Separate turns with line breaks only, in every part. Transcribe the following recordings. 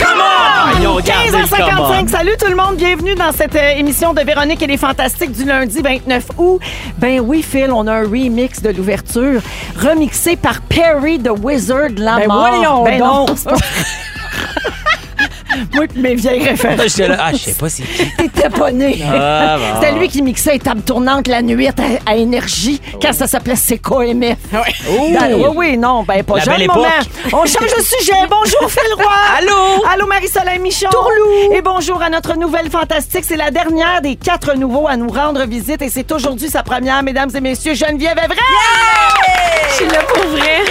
Comment? Ils ont gardé le
15h55,
commande.
salut tout le monde, bienvenue dans cette euh, émission de Véronique et les Fantastiques du lundi 29 août. Ben oui, Phil, on a un remix de l'ouverture, remixé par Perry the Wizard Lamar.
Ben voyons
non,
donc.
c'est pas- Moi pis mes vieilles références,
J'étais là, ah, je sais pas si.
t'étais pas né.
Ah, bon.
C'était lui qui mixait les tables tournantes la nuit à, à Énergie quand ça s'appelait CKMF.
Oh!
Ben, oui, oui, non, ben pas
La
jeune
belle
moment.
époque.
On change de sujet. Bonjour Phil Roy.
Allô?
Allô Marie-Soleil Michon.
Tourlou.
Et bonjour à notre nouvelle fantastique. C'est la dernière des quatre nouveaux à nous rendre visite et c'est aujourd'hui sa première, mesdames et messieurs, Geneviève Evrel.
Je suis là pour vrai.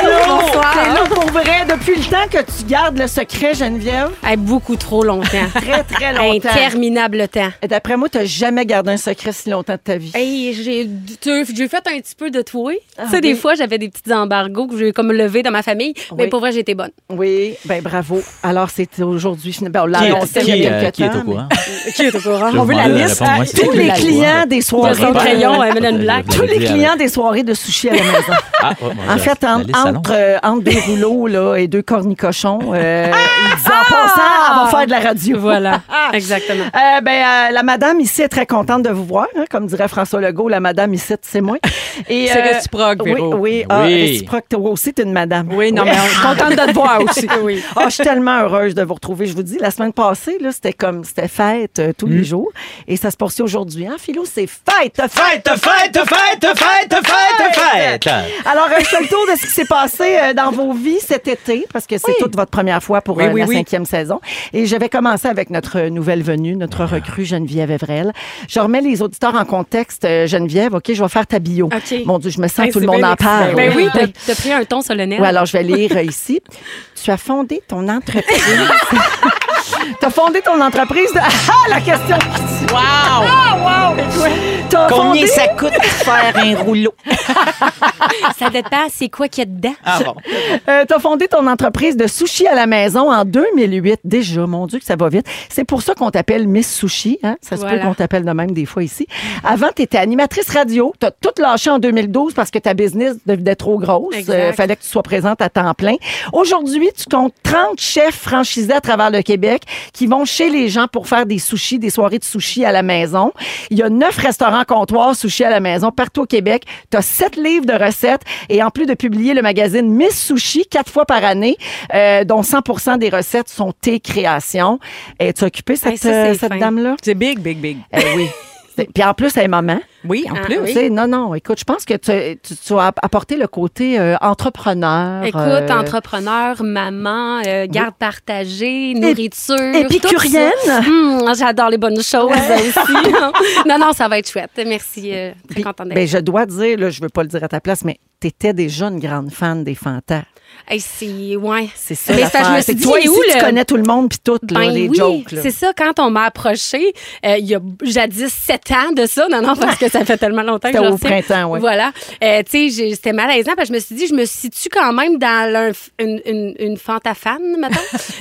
Allô.
Bonsoir.
T'es là pour vrai depuis le temps que tu gardes le secret, Geneviève.
Hey, beaucoup trop longtemps.
Très, très longtemps.
Interminable temps.
Et D'après moi, t'as jamais gardé un secret si longtemps de ta vie.
Hey, j'ai tu- j'ai fait un petit peu de toi.
Ah
tu sais, des
oui.
fois, j'avais des petits embargos que j'ai comme levé dans ma famille. Mais
Oui.
pour vrai, j'étais bonne.
Oui, ben bravo. Alors, c'est aujourd'hui. Ben, on l'a
Qui est-
annoncé il y a
qui, euh,
quelques
qui est
temps,
au courant?
Qui est au courant?
Je vais
On
vous
veut la
demander de
liste
répondre,
à
moi, c'est
tous
qui
les
au courant?
clients des soirées.
Son crayon, elle me donne une
Je
blague.
l'avais
Tous les
dit,
clients des soirées de sushi à la maison.
euh, Ah, ouais, mon
En
Dieu,
fait, en-
la liste s'allonge.
entre, euh, entre deux rouleaux là, et deux cornicochons, euh, ils disent, en passant, on va faire de la radio.
Voilà, exactement.
Euh, ben, euh, la madame ici est très contente de vous voir. hein, comme dirait François Legault, la madame ici, c'est moi. Et, euh,
C'est réciproque,
Oui,
Véro.
oui, ah,
Oui.
réciproque. Toi aussi, t'es une madame.
Oui, non, mais on
Ah,
est contente de te voir aussi.
Oui.
Ah, je suis tellement heureuse de vous retrouver. Je vous dis, la semaine passée, là, c'était comme, c'était fête euh, tous les jours. Et ça se poursuit aujourd'hui. Hein, Philo, c'est fête,
Fête, fête, fête, fête, fête, fête!
Alors, un seul tour de ce qui s'est passé euh, dans vos vies cet été, parce que c'est toute votre première fois pour
Oui,
euh,
oui,
la
oui.
cinquième saison. Et je vais commencer avec notre euh, nouvelle venue,
Ah.
notre recrue Geneviève Evrel. Je remets les auditeurs en contexte. euh, Geneviève, OK, je vais faire ta bio.
OK.
Mon Dieu, je me sens
Hey,
que tout le
c'est
monde
bien
en parle.
excitant.
Ben oui, t'as
Ouais,
t'as pris un ton solennel.
Ouais, alors je vais lire euh, ici. Tu as fondé ton entreprise. tu as fondé ton entreprise de... Ah, la question qui tue.
Wow!
T'as fondé-
coûte de faire un rouleau?
Ça dépend, c'est quoi qu'il y a dedans?
Ah bon.
Euh, T'as fondé ton entreprise de sushi à la maison en 2008. Déjà, mon Dieu, que ça va vite. C'est pour ça qu'on t'appelle Miss Sushi. Hein? Ça se peut
Voilà.
qu'on t'appelle de même des fois ici. Avant, tu étais animatrice radio. T'as tout lâché en 2012 parce que ta business devenait trop grosse.
Exact.
euh, fallait que tu sois présente à temps plein. Aujourd'hui, tu comptes 30 chefs franchisés à travers le Québec qui vont chez les gens pour faire des sushis, des soirées de sushi à la maison. Il y a neuf restaurants comptoirs sushi à la maison partout au Québec. Tu as sept livres de recettes et en plus de publier le magazine Miss Sushi quatre fois par année, euh, dont 100 des recettes sont tes créations. Es-tu occupée, cette,
Hey, Ben, ça, c'est
euh, cette
fin.
dame-là?
C'est big, big, big.
Eh oui. C'est- Puis en plus, elle est maman.
Oui, en
Ah,
plus.
Tu sais, Non, non, écoute, je pense que tu, tu, tu as apporté le côté euh, entrepreneur.
Écoute,
euh,
entrepreneur, maman, euh, garde partagée, nourriture.
épicurienne.
tout ça. Hum, J'adore les bonnes choses aussi. non, non, ça va être chouette. Merci. euh, très
Puis,
contente d'être
ben, je dois dire, là, je veux pas le dire à ta place, mais tu étais déjà une grande fan des Fantas.
Hey, c'est ouais.
C'est ça.
Mais
l'affaire.
ça, je me suis
C'est que
dit,
toi,
il est
ici,
où
tu
le- Ben
connais tout le monde puis toutes là, les
oui,
jokes. là.
c'est ça. Quand on m'a approché, euh, il y a jadis sept ans de ça, non non parce que ça fait tellement longtemps que
C'était
je
au
retiens.
printemps, ouais.
Voilà, Euh, tu sais, j'ai- c'était malaisant parce que je me suis dit, je me situe quand même dans l'un- une, une, une fantafane, maintenant.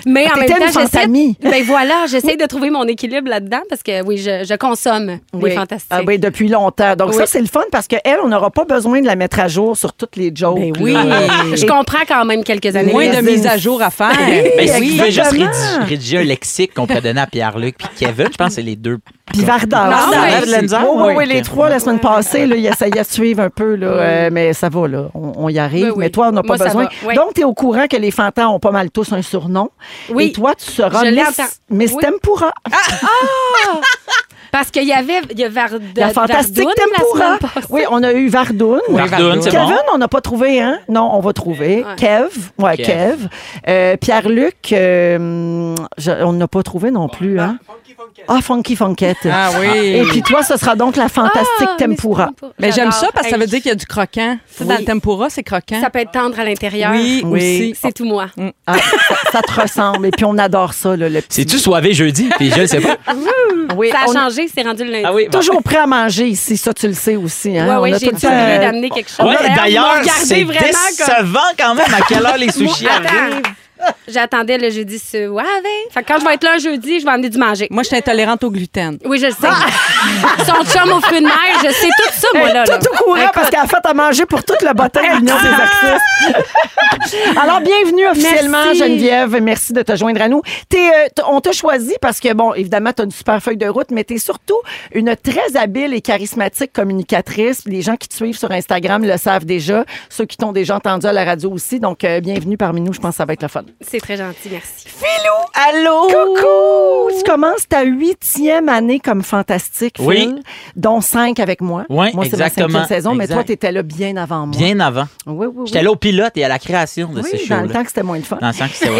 Mais en même
T'étais une
temps, j'essaie.
fantamie.
Ben voilà, j'essaie de trouver mon équilibre là-dedans parce que oui, je, je consomme
Oui.
des fantastiques.
Ah oui, depuis longtemps. Donc
Oui.
ça, c'est le fun parce qu'elle, on n'aura pas besoin de la mettre à jour sur toutes les jokes.
Ben oui.
là.
Ah,
Ah,
Je comprends quand même quelques années.
Moins de
Magazine.
mise à jour à faire.
Ben, si
oui,
tu veux juste
exactement.
rédi- rédiger un lexique qu'on pourrait donner à Pierre-Luc puis Kevin, je pense que c'est les deux.
Puis Varda. aussi.
Non, mais-
Ah Oui,
Varda
de la misère,
oui, oui,
oui.
les trois, la semaine passée, là, il essayait de suivre un peu, là, euh, mais ça va, là, on, on y arrive.
Oui, oui.
Mais toi, on n'a pas
Moi, ça
besoin.
va, oui.
Donc, tu es au courant que les fantômes ont pas mal tous un surnom.
Oui.
Et toi, tu seras
Je
Miss,
l'entends.
Miss
Oui. Ah,
Tempura.
Parce qu'il y avait, il y a Vard-
la fantastique
Vardoune la
Tempura.
semaine passée.
Oui, on a eu Vardoun.
Vardoune, c'est
Kevin,
bon.
on n'a pas trouvé, hein? Non, on va trouver.
Ouais.
Kev, ouais,
Kev.
Kev. Euh, Pierre-Luc, euh, je- on n'a pas trouvé non plus, hein? Ah, Funky Funkette.
Ah oui.
Et puis toi, ce sera donc la fantastique
Ah,
tempura.
Mais Ben, j'aime ça parce que ça veut
Hey,
dire qu'il y a du croquant. Tu sais, Dans le tempura, c'est croquant.
Ça peut être tendre à l'intérieur.
Oui,
Oui.
aussi.
C'est tout moi.
Ah, ça, ça te ressemble. Et puis on adore ça, là, le petit.
C'est-tu soivé jeudi? Puis je le sais pas.
Oui,
Hmm, Ça a
on est
changé, c'est rendu le lundi.
Ah oui, bon.
toujours prêt à manger ici, ça tu le sais aussi. Hein?
Ah,
Ouais,
On
ouais,
a
j'ai
tout le
été
temps,
obligée
euh,
d'amener quelque chose.
Ouais, d'ailleurs,
vous me regardez
c'est
vraiment comme-
décevant quand même à quelle heure les sushis
Moi, attends.
arrivent.
J'attendais le jeudi ce ouais, ouais. Fait que quand je vais être là un jeudi, je vais amener du manger.
Moi, je suis intolérante au gluten.
Oui, je le sais.
Ah!
Son chum aux fruits de mer, je sais tout ça, moi, là. là.
tout au courant parce qu'elle a fait à manger pour toute le bottin de l'Union des artistes. Alors, bienvenue officiellement,
Merci.
Geneviève. Merci de te joindre à nous. T'es, euh, t- on t'a choisi parce que, bon, évidemment, tu as une super feuille de route, mais tu es surtout une très habile et charismatique communicatrice. Les gens qui te suivent sur Instagram le savent déjà. Ceux qui t'ont déjà entendu à la radio aussi. Donc, euh, bienvenue parmi nous. Je pense que ça va être le fun.
C'est très gentil, merci.
Allô?
Coucou! Tu commences ta huitième année comme fantastique, Phil,
Oui.
dont cinq avec moi.
Oui,
moi, c'est ma
exactement.
cinquième saison, mais
Exact.
toi, tu étais là bien avant moi.
Bien avant.
Oui, oui, oui.
J'étais là au pilote et à la création de
Oui,
ce
dans le
show-là.
temps que euh, c'était moins le fun.
Dans le temps que c'était-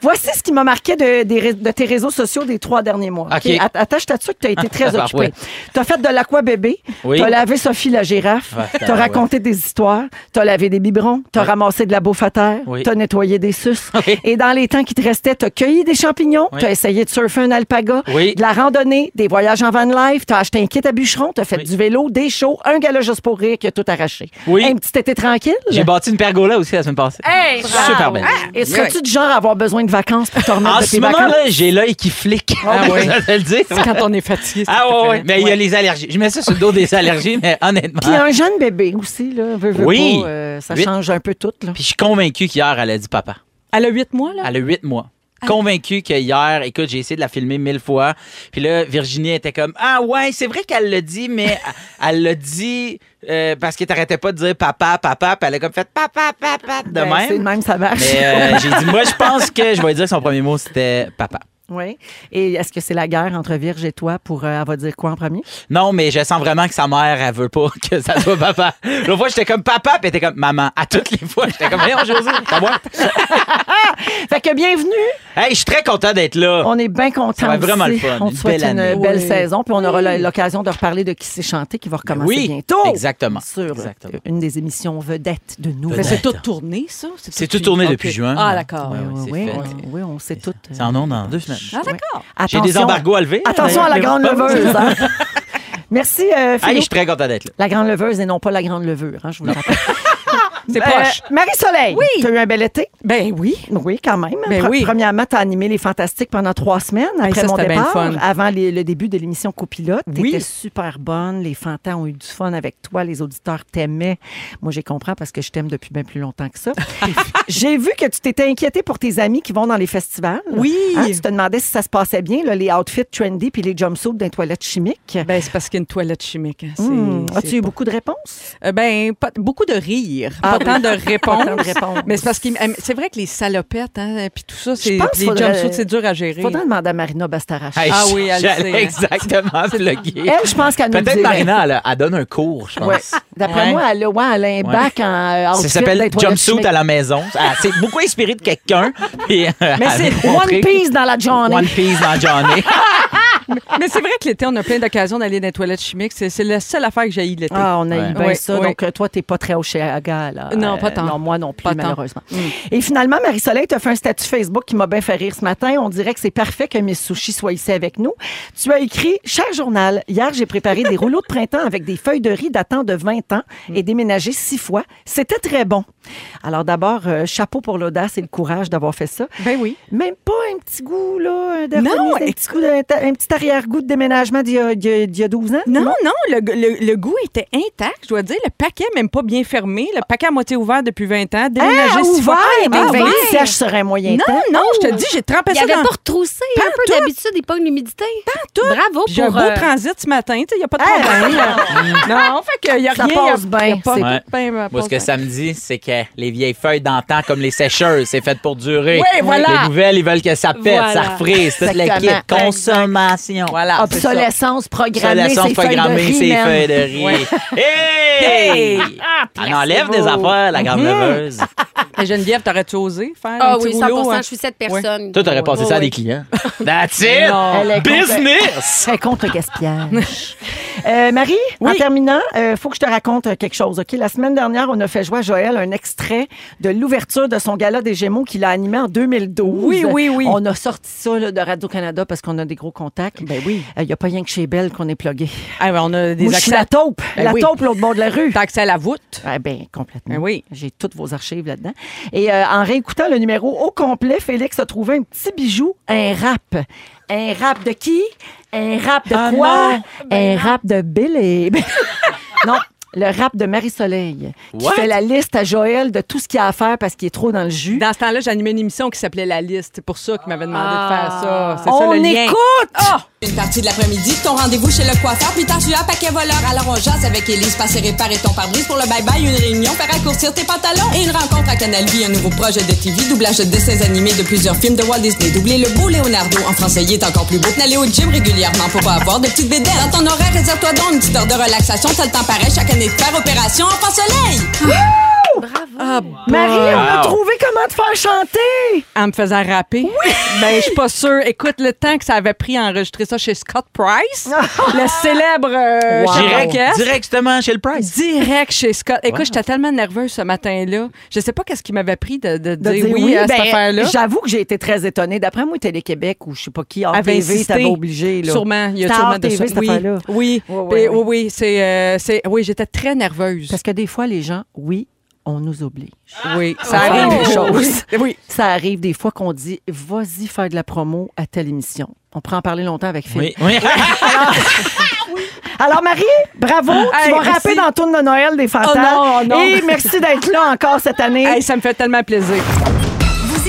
Voici ce qui m'a marqué de, des ré- de tes réseaux sociaux des trois derniers mois.
OK.
OK? Att- Attache ta dessus que tu as été très
Ah,
occupé.
ouais.
Tu as fait de l'aquabébé,
Oui.
tu as lavé Sophie la girafe,
Ah,
tu as raconté des histoires, tu as lavé des biberons, tu as ramassé de la bouffe à terre,
Oui.
tu as nettoyé des suces.
Oui.
Et dans les temps qui te restaient, tu as cueilli des champignons,
Oui.
tu as essayé de surfer un alpaga,
Oui.
de la randonnée, des voyages en van life, tu as acheté un kit à bûcheron, tu as fait
Oui.
du vélo, des shows, un gala juste pour rire qui a tout arraché.
Oui.
Un petit été tranquille.
J'ai bâti une pergola aussi la semaine passée.
Hey,
Super
Ah,
belle.
Et serais-tu du genre à avoir besoin de vacances pour te remettre
En
de Ah, tes
ce
vacances?
moment-là, j'ai l'œil qui flique.
Ah oui.
Je vais le dire.
Quand on est fatigué.
Ah ouais, ouais. Mais il y a
Ouais.
les allergies. Je mets ça sur le dos des allergies, mais honnêtement.
Puis un jeune bébé aussi, là, veut, veut
Hein? Oui.
pas, euh, ça
Huit.
change un peu tout. Là.
Puis je suis convaincu qu'hier, elle a dit papa.
Elle a huit mois, là.
Elle a 8 mois. Convaincu que hier, écoute, j'ai essayé de la filmer mille fois. Puis là, Virginie était comme Ah ouais, c'est vrai qu'elle l'a dit, mais elle l'a dit euh, parce qu'elle t'arrêtait pas de dire papa, papa. Puis elle a comme fait papa, papa de
Ben, C'est de
même.
même, ça marche.
Mais euh, j'ai dit, moi, je pense que je vais dire que son premier mot, c'était papa.
Oui. Et est-ce que c'est la guerre entre Vierge et toi pour, euh, elle va dire quoi en premier?
Non, mais je sens vraiment que sa mère, elle veut pas que ça soit papa. L'autre fois, j'étais comme papa, puis elle était comme maman. À toutes les fois, j'étais comme, voyons, José, ta boîte.
Fait que bienvenue.
Hey, je suis très content d'être là.
On est bien contents.
Ça va être vraiment
aussi.
le fun.
On te
Une
souhaite
belle année.
une belle
Oui.
saison. Puis on aura la- l'occasion de reparler de qui s'est chanté qui va recommencer
Oui,
bientôt.
exactement.
Sur euh,
Exactement.
une des émissions vedettes de nous.
Mais
Vedette.
c'est tout tourné, ça?
C'est tout tourné
Ok.
depuis juin.
Ah, d'accord.
Ouais, ouais,
Oui,
c'est
oui,
fait.
oui, oui, on sait tout. euh,
C'est en ondes dans deux semaines.
Ah, d'accord.
J'ai des
Attention.
embargos à lever.
Attention à la
Mais-
grande leveuse. hein. Merci, euh,
Hey,
Philo.
je suis très content d'être là.
La grande leveuse et non pas la grande levure, hein, je vous le rappelle.
C'est
Euh,
proche.
Marie-Soleil,
Oui.
tu as eu un bel été.
Ben oui.
Oui, quand même.
Ben
Pre-
oui.
Premièrement, tu as animé Les Fantastiques pendant trois semaines
Hey,
après
ça,
mon
c'était bien
départ,
le fun.
avant les- le début de l'émission Copilote. Tu
Oui.
super bonne. Les Fantas ont eu du fun avec toi. Les auditeurs t'aimaient. Moi, j'ai compris parce que je t'aime depuis bien plus longtemps que ça. j'ai vu que tu t'étais inquiétée pour tes amis qui vont dans les festivals.
Oui. Ah,
Hein, tu te demandais si ça se passait bien, là, les outfits trendy puis les jumpsuits dans les toilettes chimiques.
Ben, c'est parce qu'il y a une toilette chimique. hein. C'est-
Hmm.
c'est
As-tu eu
pas-
beaucoup de réponses?
Euh, Ben, pas- beaucoup de rire.
Ah,
pas tant de
Pas tant de
réponses.
réponses.
Mais c'est parce qu'il euh, c'est vrai que les salopettes hein, puis tout ça c'est
pense
les
faudrait-
jumpsuits c'est dur à gérer.
Faudrait demander à Marina Bastarache.
Hey,
Ah oui, elle
j'allais
le sait, hein.
exactement plugger.
Elle, je pense qu'elle nous le
Peut-être
dirait.
Marina, elle, elle donne un cours, je pense.
Ouais. D'après
Ouais.
moi, elle a, ouais, elle a un bac en euh,
Ça
outfit
s'appelle
des toilettes
Jumpsuit
chimiques.
à la maison. Ah, C'est beaucoup inspiré de quelqu'un. euh, Mais
Mais c'est One Piece dans la journée.
One Piece dans Johnny.
Mais c'est vrai que l'été on a plein d'occasions d'aller dans les toilettes chimiques, c'est c'est la seule affaire que j'ai l'été.
Ah, on a eu
Ouais.
bien
Ouais,
ça.
ouais.
Donc, euh, toi, t'es pas très au Cheaga, là.
Non, pas tant.
Euh, Non, moi non plus,
Pas tant. Mm.
malheureusement. Et finalement, Marie-Soleil, t'as fait un statut Facebook qui m'a bien fait rire ce matin. On dirait que c'est parfait que Miss Sushi soit ici avec nous. Tu as écrit « Cher journal, hier, j'ai préparé des rouleaux de printemps avec des feuilles de riz datant de 20 ans
Mm.
et déménagé six fois. C'était très bon. » Alors d'abord, euh, chapeau pour l'audace et le courage d'avoir fait ça.
Ben oui.
Même pas un petit goût, là, de
Non,
remise, un petit, goût de- un petit arrière-goût de déménagement d'il y a- d'il y a- d'il y a 12 ans?
Non, non, le, le- le goût était intact, je dois dire. Le paquet même pas bien fermé. Le paquet à moitié ouvert depuis 20 ans. Déménagé
Ah,
six
ouvert,
fois.
mais
Ah,
vingt
ouvert.
sièges sur un moyen
Non,
temps.
non, je te dis, j'ai trempé
Il
ça
avait
dans
pas retroussé un peu
Pantoute.
d'habitude, il pas une humidité.
tout.
Bravo
J'ai un
pour
beau
euh,
transit ce matin, tu sais, il n'y a pas de
Ah,
problème. non, fait qu'il n'y a
Ça
rien. y a-
passe bien,
y a pas-
c'est
Ouais.
tout Moi, ce que ça me dit, c'est que les vieilles feuilles d'antan, comme les sécheuses, c'est fait pour durer.
Ouais, voilà.
Les nouvelles, ils veulent que ça pète,
Voilà.
ça refrise, tout le
Exactement.
kit. Consommation. Programmation.
Voilà. c'est ça.
Obsolescence programmée,
Obsolescence
c'est
programmée,
feuille de riz,
c'est
man.
feuille de riz. Hey! On enlève des affaires, la grande leveuse.
Mais Geneviève, t'aurais-tu osé faire
Ah
un petit
oui, 100
rouleau? hein?
je suis cette personne. Oh,
Toi, t'aurais passé
Ouais,
ça à
ouais.
des clients. That's it!
Non.
Elle est
Business!
C'est contre le gaspillage. Euh, Marie, en terminant, euh, faut que je te raconte euh, quelque chose. Ok, La semaine dernière, on a fait jouer à Joël un extrait de l'ouverture de son gala des Gémeaux qu'il a animé en 2012.
Oui, oui, oui.
On a sorti ça là, de Radio-Canada parce qu'on a des gros contacts.
Ben oui.
Il n'y a pas rien que chez Belle qu'on est plugué.
Ah, ben, on a des
Moi, je suis
accès, à-
la taupe.
Ben
la
oui.
taupe, l'autre bord de la rue.
t'as accès à la voûte.
Ah ben complètement.
Ben oui.
J'ai toutes vos archives là-dedans. Et euh, en réécoutant le numéro au complet, Félix a trouvé un petit bijou, un rap. Un rap de qui? Un rap
Ah
de quoi?
Ben
un rap de Billy. non. Le rap de Marie-Soleil, qui
What?
fait la liste à Joël de tout ce qu'il y a à faire parce qu'il est trop dans le jus.
Dans ce temps-là, j'animais une émission qui s'appelait La Liste. C'est pour ça qu'ils m'avaient demandé de faire ça. C'est
On
ça le lien. Ah!
écoute!
Une partie de l'après-midi, ton rendez-vous chez le coiffeur, puis t'as reçu un paquet voleur. Alors on jase avec Élise, passer réparer ton pare-brise pour le bye-bye, une réunion, faire raccourcir tes pantalons et une rencontre à Canal Vie, un nouveau projet de TV, doublage de dessins animés de plusieurs films de Walt Disney, doubler le beau Leonardo. En français, il est encore plus beau. N'aller au gym régulièrement pour pas avoir de petites bédelles. Dans ton horaire, réserve-toi donc une petite heure de relaxation, ça le temps paraît chaque année de faire opération Enfant Soleil.
Marie, on a
Wow.
trouvé comment te faire chanter!
En me faisant rapper. Oui! Ben, je suis pas sûre. Écoute, le temps que ça avait pris à enregistrer ça chez Scott Price, le célèbre euh,
Wow.
chef
Direct,
d'orchestre.
directement chez le Price.
Direct chez Scott. Écoute, j'étais tellement nerveuse ce matin-là. Je sais pas qu'est-ce qui m'avait pris de, de
De
dire, oui, à cette
ben,
affaire-là.
J'avoue que j'ai été très étonnée. D'après moi, Télé-Québec ou je sais pas qui, en
Avait
TV,
insisté.
t'avais obligé. Là.
Sûrement, il y a
Star
sûrement de
TV,
ça.
cette
Oui,
affaire-là.
oui,
Ouais, ouais, ouais.
Ben, oui, oui, c'est, euh, c'est- oui, j'étais très nerveuse.
Parce que des fois, les gens, oui, on nous oblige.
Oui, ça
Ah!
arrive
Oh!
les choses. Oui.
Ça arrive des fois qu'on dit vas-y faire de la promo à telle émission. On prend en parler longtemps avec Phil.
Oui, oui.
Alors Marie, bravo, tu
Hey,
vas
merci.
rapper dans le tourne de Noël des fantasmes.
non, oh non.
Et merci d'être là encore cette année.
Hey, ça me fait tellement plaisir.
Vous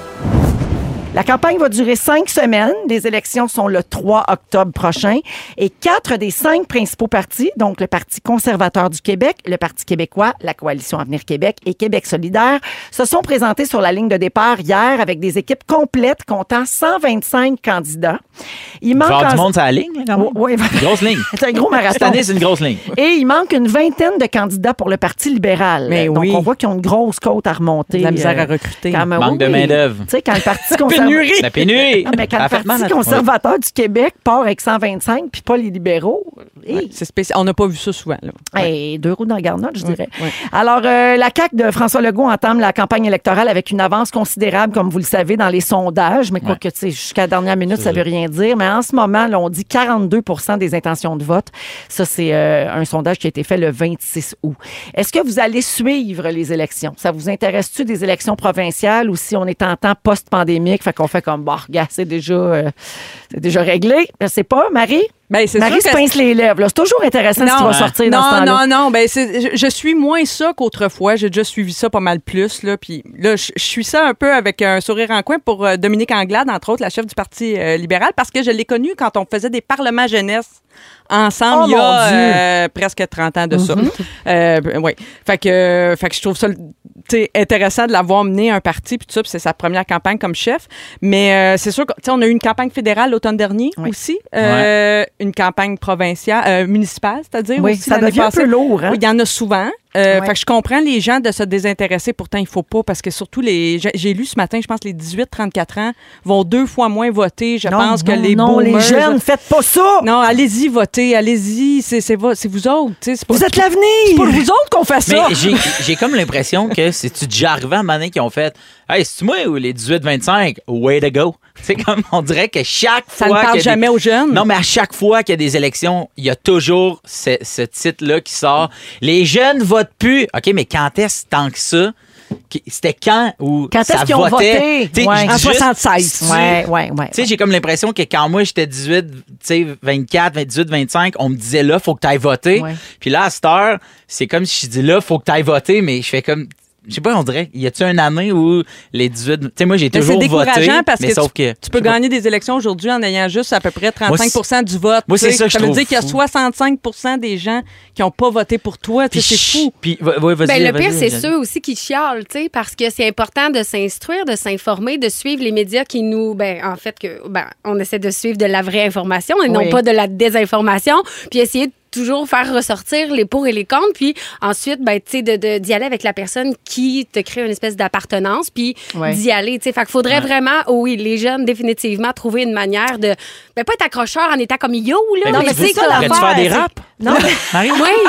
La campagne va durer cinq semaines. Les élections sont le 3 octobre prochain. Et quatre des cinq principaux partis, donc le Parti conservateur du Québec, le Parti québécois, la Coalition Avenir Québec et Québec solidaire, se sont présentés sur la ligne de départ hier avec des équipes complètes comptant 125 candidats. Il
Il va y avoir
en-
du monde sur la ligne, là, quand même.
Ouais, ouais.
Grosse ligne.
C'est un gros marathon.
Cette année, c'est une grosse ligne.
Et il manque une vingtaine de candidats pour le Parti libéral.
Mais
Donc,
oui.
on voit qu'ils ont une grosse côte à remonter.
De la misère à
euh,
recruter.
quand même.
Manque de
Oui.
main-d'œuvre.
Tu sais, quand le Parti conservateur...
Pénurie.
La pénurie.
Ah, mais quand
Ça a fait
le
mal à-
Parti conservateur du Québec part avec 125, puis pas les libéraux, hé,
C'est spécial. On n'a pas vu ça souvent. Là.
hey, Ben, deux roues dans le garnotte, je dirais. Alors, euh, la CAQ de François Legault entame la campagne électorale avec une avance considérable, comme vous le savez, dans les sondages, mais quoi que, tu sais, jusqu'à la dernière minute, ça veut rien dire. Mais en ce moment, là, on dit 42 des intentions de vote. Ça, c'est euh, un sondage qui a été fait le 26 août. Est-ce que vous allez suivre les élections? Ça vous intéresse-tu des élections provinciales ou si on est en temps post-pandémique, fait qu'on fait comme, bah, regarde, c'est déjà, euh, c'est déjà réglé? Je sais pas, Marie?
Ben, c'est
Marie
sûr
se
que-
pince les lèvres. là. C'est toujours intéressant ce qui va sortir
non,
dans ce temps-là.
non, non, ben c'est- je, je suis moins ça qu'autrefois. J'ai déjà suivi ça pas mal plus là. Puis là, je, je suis ça un peu avec un sourire en coin pour euh, Dominique Anglade, entre autres, la chef du parti euh, libéral, parce que je l'ai connue quand on faisait des parlements jeunesse ensemble
Oh,
il y
mon
a
Dieu! Mm-hmm.
euh, presque 30 ans de ça. Euh, ouais. Fait que, euh, fait que je trouve ça, tu sais, intéressant de l'avoir mené un parti puis tout ça. puis c'est sa première campagne comme chef. Mais euh, c'est sûr que, tu sais, on a eu une campagne fédérale l'automne dernier
Oui.
aussi. Euh, Une campagne provinciale, euh, municipale, c'est-à-dire
Oui,
aussi
ça
l'année
devient un
passée.
peu lourd, hein?
Oui, il y en a souvent. Euh,
Ouais.
Fait que je comprends les gens de se désintéresser. Pourtant, il faut pas parce que surtout les. j'ai- J'ai lu ce matin, je pense, les 18-34 ans vont deux fois moins voter. Je
Non,
pense que
non,
les
non, les
boomers-
jeunes, faites pas ça!
Non, allez-y voter, allez-y. C'est c'est vo- c'est vous autres. tu sais, c'est pas-
Vous êtes
c'est pour
l'avenir!
vous autres qu'on fait
Mais
ça.
j'ai- j'ai comme l'impression que c'est-tu déjà arrivé à un moment donné qu'ils ont fait Hey, c'est-tu moi ou les 18-25? Way to go! C'est comme on dirait que chaque fois.
Ça ne parle
qu'il y a des-
jamais aux jeunes.
Non, mais à chaque fois qu'il y a des élections, il y a toujours ce, ce titre-là qui sort. Les jeunes votent plus. OK, mais quand est-ce tant que ça? Qui- C'était quand ou
Quand est-ce
ça
qu'ils ont voté?
votait? Tu sais,
Ouais.
je dis
En
juste,
76.
tu-
Ouais, ouais, ouais.
Tu sais, j'ai comme l'impression que quand moi j'étais 18, tu sais, 24, 28, 25, on me disait là, faut que tu ailles voter.
Ouais.
Puis là, à cette heure, c'est comme si je dis là, faut que tu ailles voter, mais je fais comme. je sais pas, on dirait, y a-tu une année où les 18. Tu sais, moi, j'ai
Mais c'est
toujours voté.
décourageant parce
mais
que,
sauf
tu,
que.
tu peux gagner des élections aujourd'hui en ayant juste à peu près 35 du vote.
moi,
tu sais.
c'est ça que je
veut
trouve
dire qu'il y a
fou.
65 des gens qui n'ont pas voté pour toi. Tu
Puis
sais, C'est fou.
Puis, va- ouais, vas-y,
Ben, le
vas-y,
pire, c'est
Geneviève.
ceux aussi qui chialent, tu sais, parce que c'est important de s'instruire, de s'informer, de suivre les médias qui nous. Ben, en fait, que, ben, on essaie de suivre de la vraie information et non
Oui.
pas de la désinformation, puis essayer de toujours faire ressortir les pour et les contre, puis ensuite, ben, tu sais, de- de- d'y aller avec la personne qui te crée une espèce d'appartenance, puis
Ouais.
d'y aller, tu sais. Fait qu'il faudrait vraiment, oh oui, les jeunes, définitivement, trouver une manière de. Ben, pas être accrocheur en étant comme yo, là,
Non,
mais
mais
tu sais,
Ben c'est ça,
Pourrais-tu faire des
l'affaire,
raps? Non, Marie?
Oui,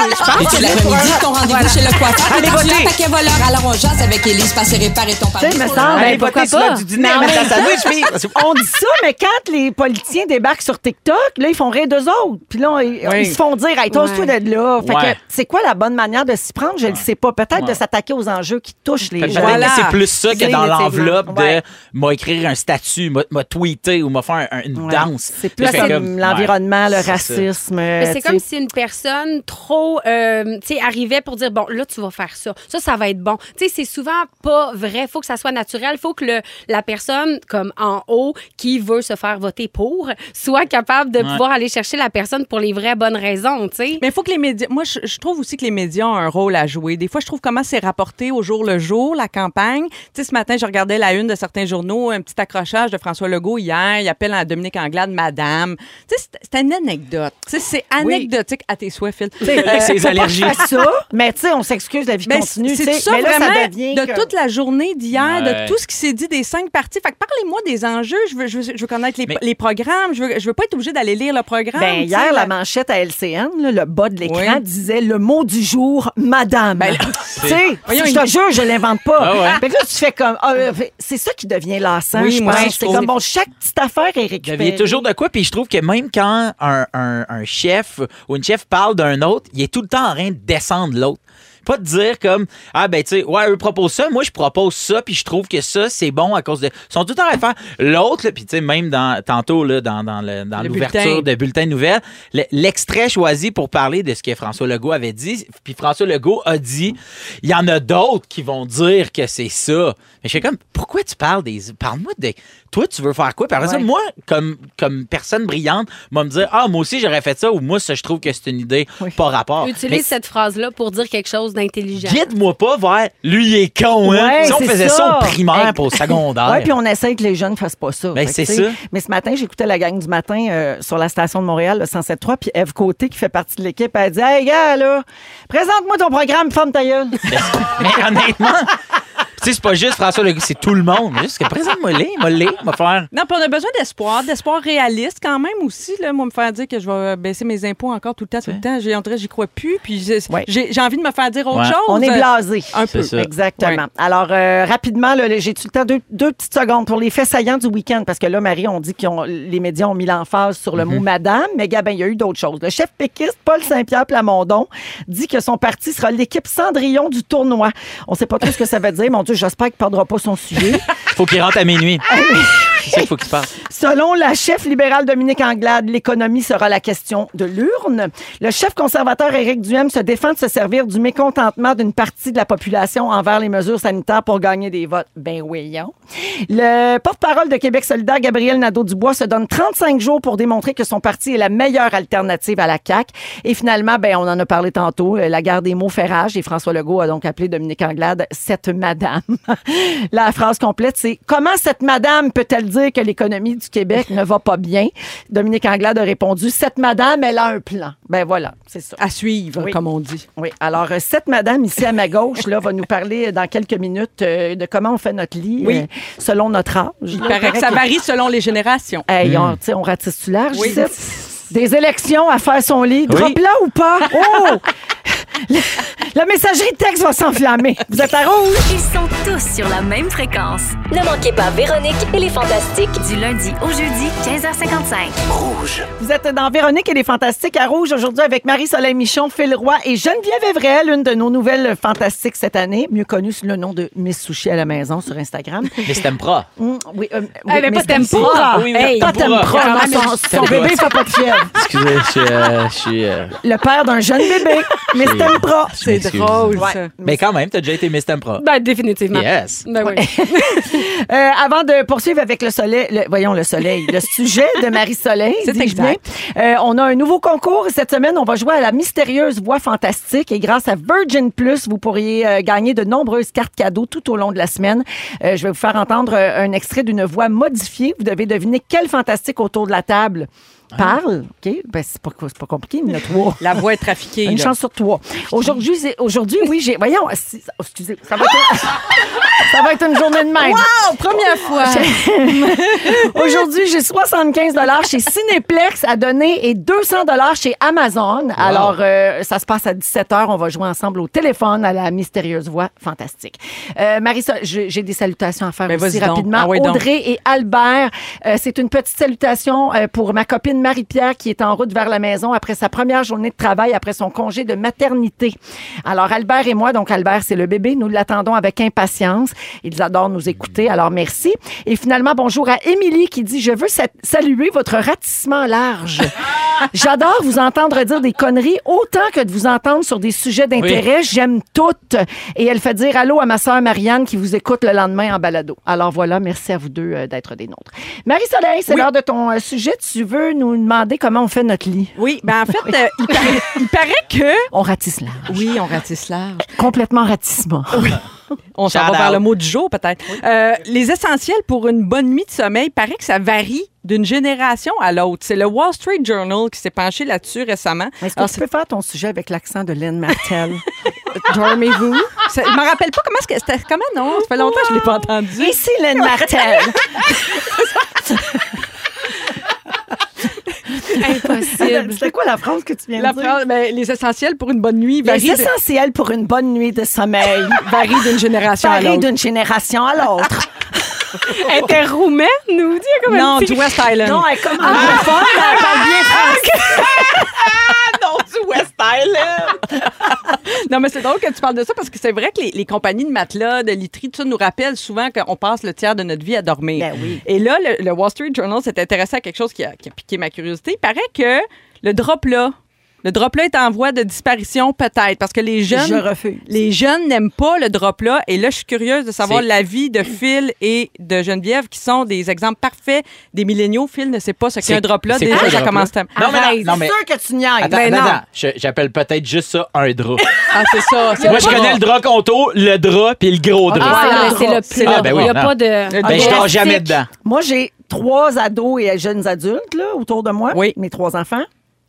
je pense
Mardi, l'après-midi, ton rendez-vous chez le coiffeur. Puis t'as reçu un paquet voleur. Alors on jase avec Élise, passer réparer ton
Tu
pare-brise.
sais, me
pour
semble.
Allez,
ben,
voter sur l'heure du dîner, mettre la sandwich, puis-
on dit ça, mais quand les politiciens débarquent sur TikTok, là, ils font rire d'eux autres. Puis là, ils,
Oui.
ils se font dire, hey, toi
Ouais.
de là. Fait
Ouais.
que c'est quoi la bonne manière de s'y prendre? Je ne sais pas. Peut-être de s'attaquer aux enjeux qui touchent les
Fait que
gens.
peut-être
Voilà.
que C'est plus ça que dans
Définitivement.
l'enveloppe de
Ouais.
m'a écrire un statut, m'a- m'a tweeté ou m'a faire un- une
Ouais.
danse.
C'est plus
Fait
comme
comme-
l'environnement,
ouais,
le
c'est ça.
racisme.
Euh,
euh,
Mais c'est
tu
comme
sais.
si une personne trop, euh, tu sais, arrivait pour dire bon, là tu vas faire ça, ça ça va être bon. Tu sais, c'est souvent pas vrai. Faut que ça soit naturel. Faut que le, la personne comme en haut qui veut se faire voter pour soit capable de pouvoir aller chercher la personne pour les vraies bonnes raisons. Tu sais.
Mais il faut que les médias. Moi, je, je trouve aussi que les médias ont un rôle à jouer. Des fois, je trouve comment c'est rapporté au jour le jour, la campagne. Tu sais, ce matin, je regardais la une de certains journaux, un petit accrochage de François Legault hier. Il appelle à Dominique Anglade Madame. Tu sais, c'est- c'est une anecdote. Tu sais, c'est anecdotique à tes souhaits, Phil.
Avec ses allergies.
Pas ça, mais tu sais, on s'excuse, la vie
Mais
continue. tu
Ben,
sais.
c'est ça
mais là,
vraiment
ça devient
de
que-
toute la journée d'hier,
Ouais.
de tout ce qui s'est dit des cinq parties. Fait que parlez-moi des enjeux. Je veux, je veux, je veux connaître les,
Mais-
les programmes. Je veux, je veux pas être obligée d'aller lire le programme.
Ben,
tu sais,
hier, la
là.
manchette à LCN, là, le bas de l'écran
Oui.
disait le mot du jour, madame.
Ben, là-
tu sais,
Voyons,
je
il-
te jure, je l'invente
Ah ouais.
pas. Fait que là, tu fais comme. ah, euh, fait- c'est ça qui devient lassant,
Oui,
je
moi, je
pense. C'est
trouve.
comme, bon, chaque petite affaire est
Il y
récupérée.
avait toujours de quoi, puis je trouve que même quand un, un- un chef ou une chef parle d'un autre, il est tout le temps en train de descendre l'autre. Pas de dire comme Ah ben tu sais, ouais, eux proposent ça, moi je propose ça, puis je trouve que ça, c'est bon à cause de. Ils sont tout le temps à faire l'autre, là, puis tu sais, même dans tantôt là, dans, dans le- dans
Le
l'ouverture
bulletin.
de bulletin de nouvelles, le- l'extrait choisi pour parler de ce que François Legault avait dit, puis François Legault a dit Il y en a d'autres qui vont dire que c'est ça. Mais je fais comme pourquoi tu parles des. Parle-moi de toi, tu veux faire quoi? Par exemple,
Ouais.
moi, comme, comme personne brillante, va me dire Ah, moi aussi, j'aurais fait ça, ou moi, ça, je trouve que c'est une idée pas rapport.
Utilise
Mais
cette phrase là pour dire quelque chose d'intelligent.
Guide-moi pas vers lui, il est con, hein?
Ouais,
si on
c'est
faisait ça,
ça.
au primaire pour au
Oui,
secondaire.
puis on essaie que les jeunes ne fassent pas ça.
Ben,
Fait que,
c'est
tu sais,
ça.
Mais ce matin, j'écoutais la gang du matin euh, sur la station de Montréal, le 107.3, puis Eve Côté, qui fait partie de l'équipe, elle dit Hey, gars, là, présente-moi ton programme, ferme ta gueule.
Mais honnêtement, tu sais, c'est pas juste François Legault, c'est tout le monde. Juste que présente-moi les, moi les, m'a faire.
Non, puis on a besoin d'espoir, d'espoir réaliste quand même aussi. Là, moi, me faire dire que je vais baisser mes impôts encore tout le temps, tout le temps. J'ai, on dirait, j'y crois plus. Puis j'ai,
Ouais.
j'ai, j'ai envie de me faire dire autre
Ouais.
chose. euh,
On est blasé.
Un peu.
C'est ça.
Exactement.
Ouais.
Alors, euh, rapidement, là, j'ai-tu le temps? Deux, deux petites secondes pour les faits saillants du week-end, parce que là, Marie, on dit que les médias ont mis l'emphase sur
Mhm.
le mot madame, mais Gabin, il y a eu d'autres choses. Le chef péquiste, Paul Saint-Pierre Plamondon, dit que son parti sera l'équipe Cendrillon du tournoi. On sait pas trop ce que ça veut dire. Mon Dieu, j'espère qu'il ne perdra pas son sujet.
Faut qu'il rentre à minuit. c'est ça qu'il faut qu'il passe.
Selon la chef libérale Dominique Anglade, l'économie sera la question de l'urne. Le chef conservateur Éric Duhem se défend de se servir du mécontentement d'une partie de la population envers les mesures sanitaires pour gagner des votes. Ben voyons. Le porte-parole de Québec solidaire, Gabriel Nadeau-Dubois, se donne 35 jours pour démontrer que son parti est la meilleure alternative à la CAQ. Et finalement, ben, on en a parlé tantôt, euh, la guerre des mots fait rage et François Legault a donc appelé Dominique Anglade cette madame. la phrase complète, c'est comment cette madame peut-elle dire que l'économie du Québec ne va pas bien? Dominique Anglade a répondu, cette madame, elle a un plan. Ben voilà, c'est ça.
À suivre,
Oui.
comme on dit.
Oui. Alors, euh, cette madame ici à ma gauche là, va nous parler euh, dans quelques minutes euh, de comment on fait notre lit
Oui.
euh, selon notre âge.
Il paraît que ça varie selon les générations.
Hmm.
Hey, on, tu sais, on ratisse-tu large,
Oui.
ici? Des élections à faire son lit.
Oui.
Drop là ou pas? Oh! Le- la messagerie texte va s'enflammer. Vous êtes à rouge?
Ils sont tous sur la même fréquence.
Ne manquez pas Véronique et les Fantastiques.
Du lundi au jeudi, 15h55.
Vous êtes dans Véronique et les Fantastiques à Rouge aujourd'hui avec Marie-Soleil Michon, Phil Roy et Geneviève Evrel, une de nos nouvelles fantastiques cette année, mieux connue sous le nom de Miss Sushi à la maison sur Instagram.
Mais c'était pro.
Hum, oui, euh, oui,
Elle avait
mais
pas de
c'est-
tempo.
Ah,
Oui, oui,
pas
tempo.
tempo.
Ah,
Non,
mais
son-
je-
Son
tempo.
bébé fait pas de fièvre.
Excusez, je suis. euh, je suis, euh,
Le père d'un jeune bébé, Miss
Oui.
Tempra.
C'est
Excuse.
drôle,
Ouais.
ça.
Mais quand même, t'as déjà été Miss Tempra.
Ben, définitivement.
Yes.
Ben oui.
Euh, avant de poursuivre avec le soleil, le- voyons le soleil, le sujet de Marie Soleil,
C'est
dis-je
exact.
bien. Euh, on a un nouveau concours et cette semaine, on va jouer à la mystérieuse voix fantastique et grâce à Virgin Plus, vous pourriez euh, gagner de nombreuses cartes cadeaux tout au long de la semaine. Euh, je vais vous faire entendre euh, un extrait d'une voix modifiée. Vous devez deviner quel fantastique autour de la table parle. Ok, ben c'est pas c'est pas compliqué, il y en a trois.
Hein? La voix est trafiquée.
Une
là.
chance sur trois. Aujourd'hui, c'est- aujourd'hui, oui, j'ai. Voyons, si- oh, excusez, ça va, être, ça va être une journée de même.
Oh, première fois.
Ah,
Aujourd'hui, j'ai 75 chez Cinéplex à donner et 200 chez Amazon. Alors, euh, ça se passe à 17h. On va jouer ensemble au téléphone à la mystérieuse voix fantastique. Euh, Marissa, j'ai j'ai des salutations à faire
Ben,
aussi
vas-y donc.
rapidement.
Ah ouais, donc.
Audrey et Albert, euh, c'est une petite salutation euh, pour ma copine Marie-Pierre qui est en route vers la maison après sa première journée de travail, après son congé de maternité. Alors, Albert et moi, donc Albert, c'est le bébé, nous l'attendons avec impatience. Ils adorent nous écouter, alors merci. Et finalement, bonjour à Émilie qui dit, je veux sa- saluer votre ratissement large. J'adore vous entendre dire des conneries autant que de vous entendre sur des sujets d'intérêt. J'aime toutes. Et elle fait dire allô à ma sœur Marianne qui vous écoute le lendemain en balado. Alors voilà, merci à vous deux euh, d'être des nôtres. Marie-Soleil, c'est l'heure de ton euh, sujet. Tu veux nous demander comment on fait notre lit?
Oui, ben en fait, euh, il, paraît, il paraît que...
On ratisse là.
Oui, on ratisse large.
Complètement ratissement.
On s'en
Shout
va vers
out.
le mot du jour, peut-être. Euh, les essentiels pour une bonne nuit de sommeil, paraît que ça varie d'une génération à l'autre. C'est le Wall Street Journal qui s'est penché là-dessus récemment.
Est-ce que
Alors,
tu peux faire ton sujet avec l'accent de Lynn Martel?
c'est- Dormez-vous. Ça- Je me rappelle pas comment est-ce que- c'était. Comment non? Ça fait longtemps que je l'ai pas entendu.
Ici Lynn Martel.
Impossible.
C'était quoi la phrase que tu viens
La
de dire?
phrase, ben, les essentiels pour une bonne nuit varient
Les
Ben, de-
essentiels pour une bonne nuit de sommeil
varient d'une génération à
varient
l'autre.
d'une génération à l'autre.
Elle était roumaine, nous dit comme
Non,
un petit...
du West Island.
Non, elle commence
Ah.
fort, mais elle parle bien français. ah,
non, du West Island!
Non, mais c'est drôle que tu parles de ça parce que c'est vrai que les, les compagnies de matelas, de literie, tout ça nous rappelle souvent qu'on passe le tiers de notre vie à dormir.
Ben oui.
Et là, le, le Wall Street Journal s'est intéressé à quelque chose qui a, qui a piqué ma curiosité. Il paraît que le drop-là, le drop-là est en voie de disparition peut-être parce que les jeunes...
Je refuse.
Les jeunes n'aiment pas le drop-là. Et là, je suis curieuse de savoir
C'est-
l'avis de Phil et de Geneviève, qui sont des exemples parfaits des milléniaux. Phil ne sait pas ce qu'est
C'est-
un drop-là.
c'est
Déjà,
quoi, le
ça
drop-là?
commence à...
Non, mais non,
Arrête,
non,
c'est
mais-
sûr que tu niaises.
Attends,
Ben
attends,
non.
attends. Je- J'appelle peut-être juste ça un drap.
Ah, c'est ça. c'est
Moi,
le
je connais le drap conto, le drap puis le gros drap.
Ah,
Ah,
non.
c'est le
C'est
plus.
le- Ah, ben oui,
Il n'y a
non.
pas de.
Le-
Ben, je dors
Classique.
jamais dedans.
Moi, j'ai trois ados et jeunes adultes là, autour de moi,
Oui.
mes trois enfants.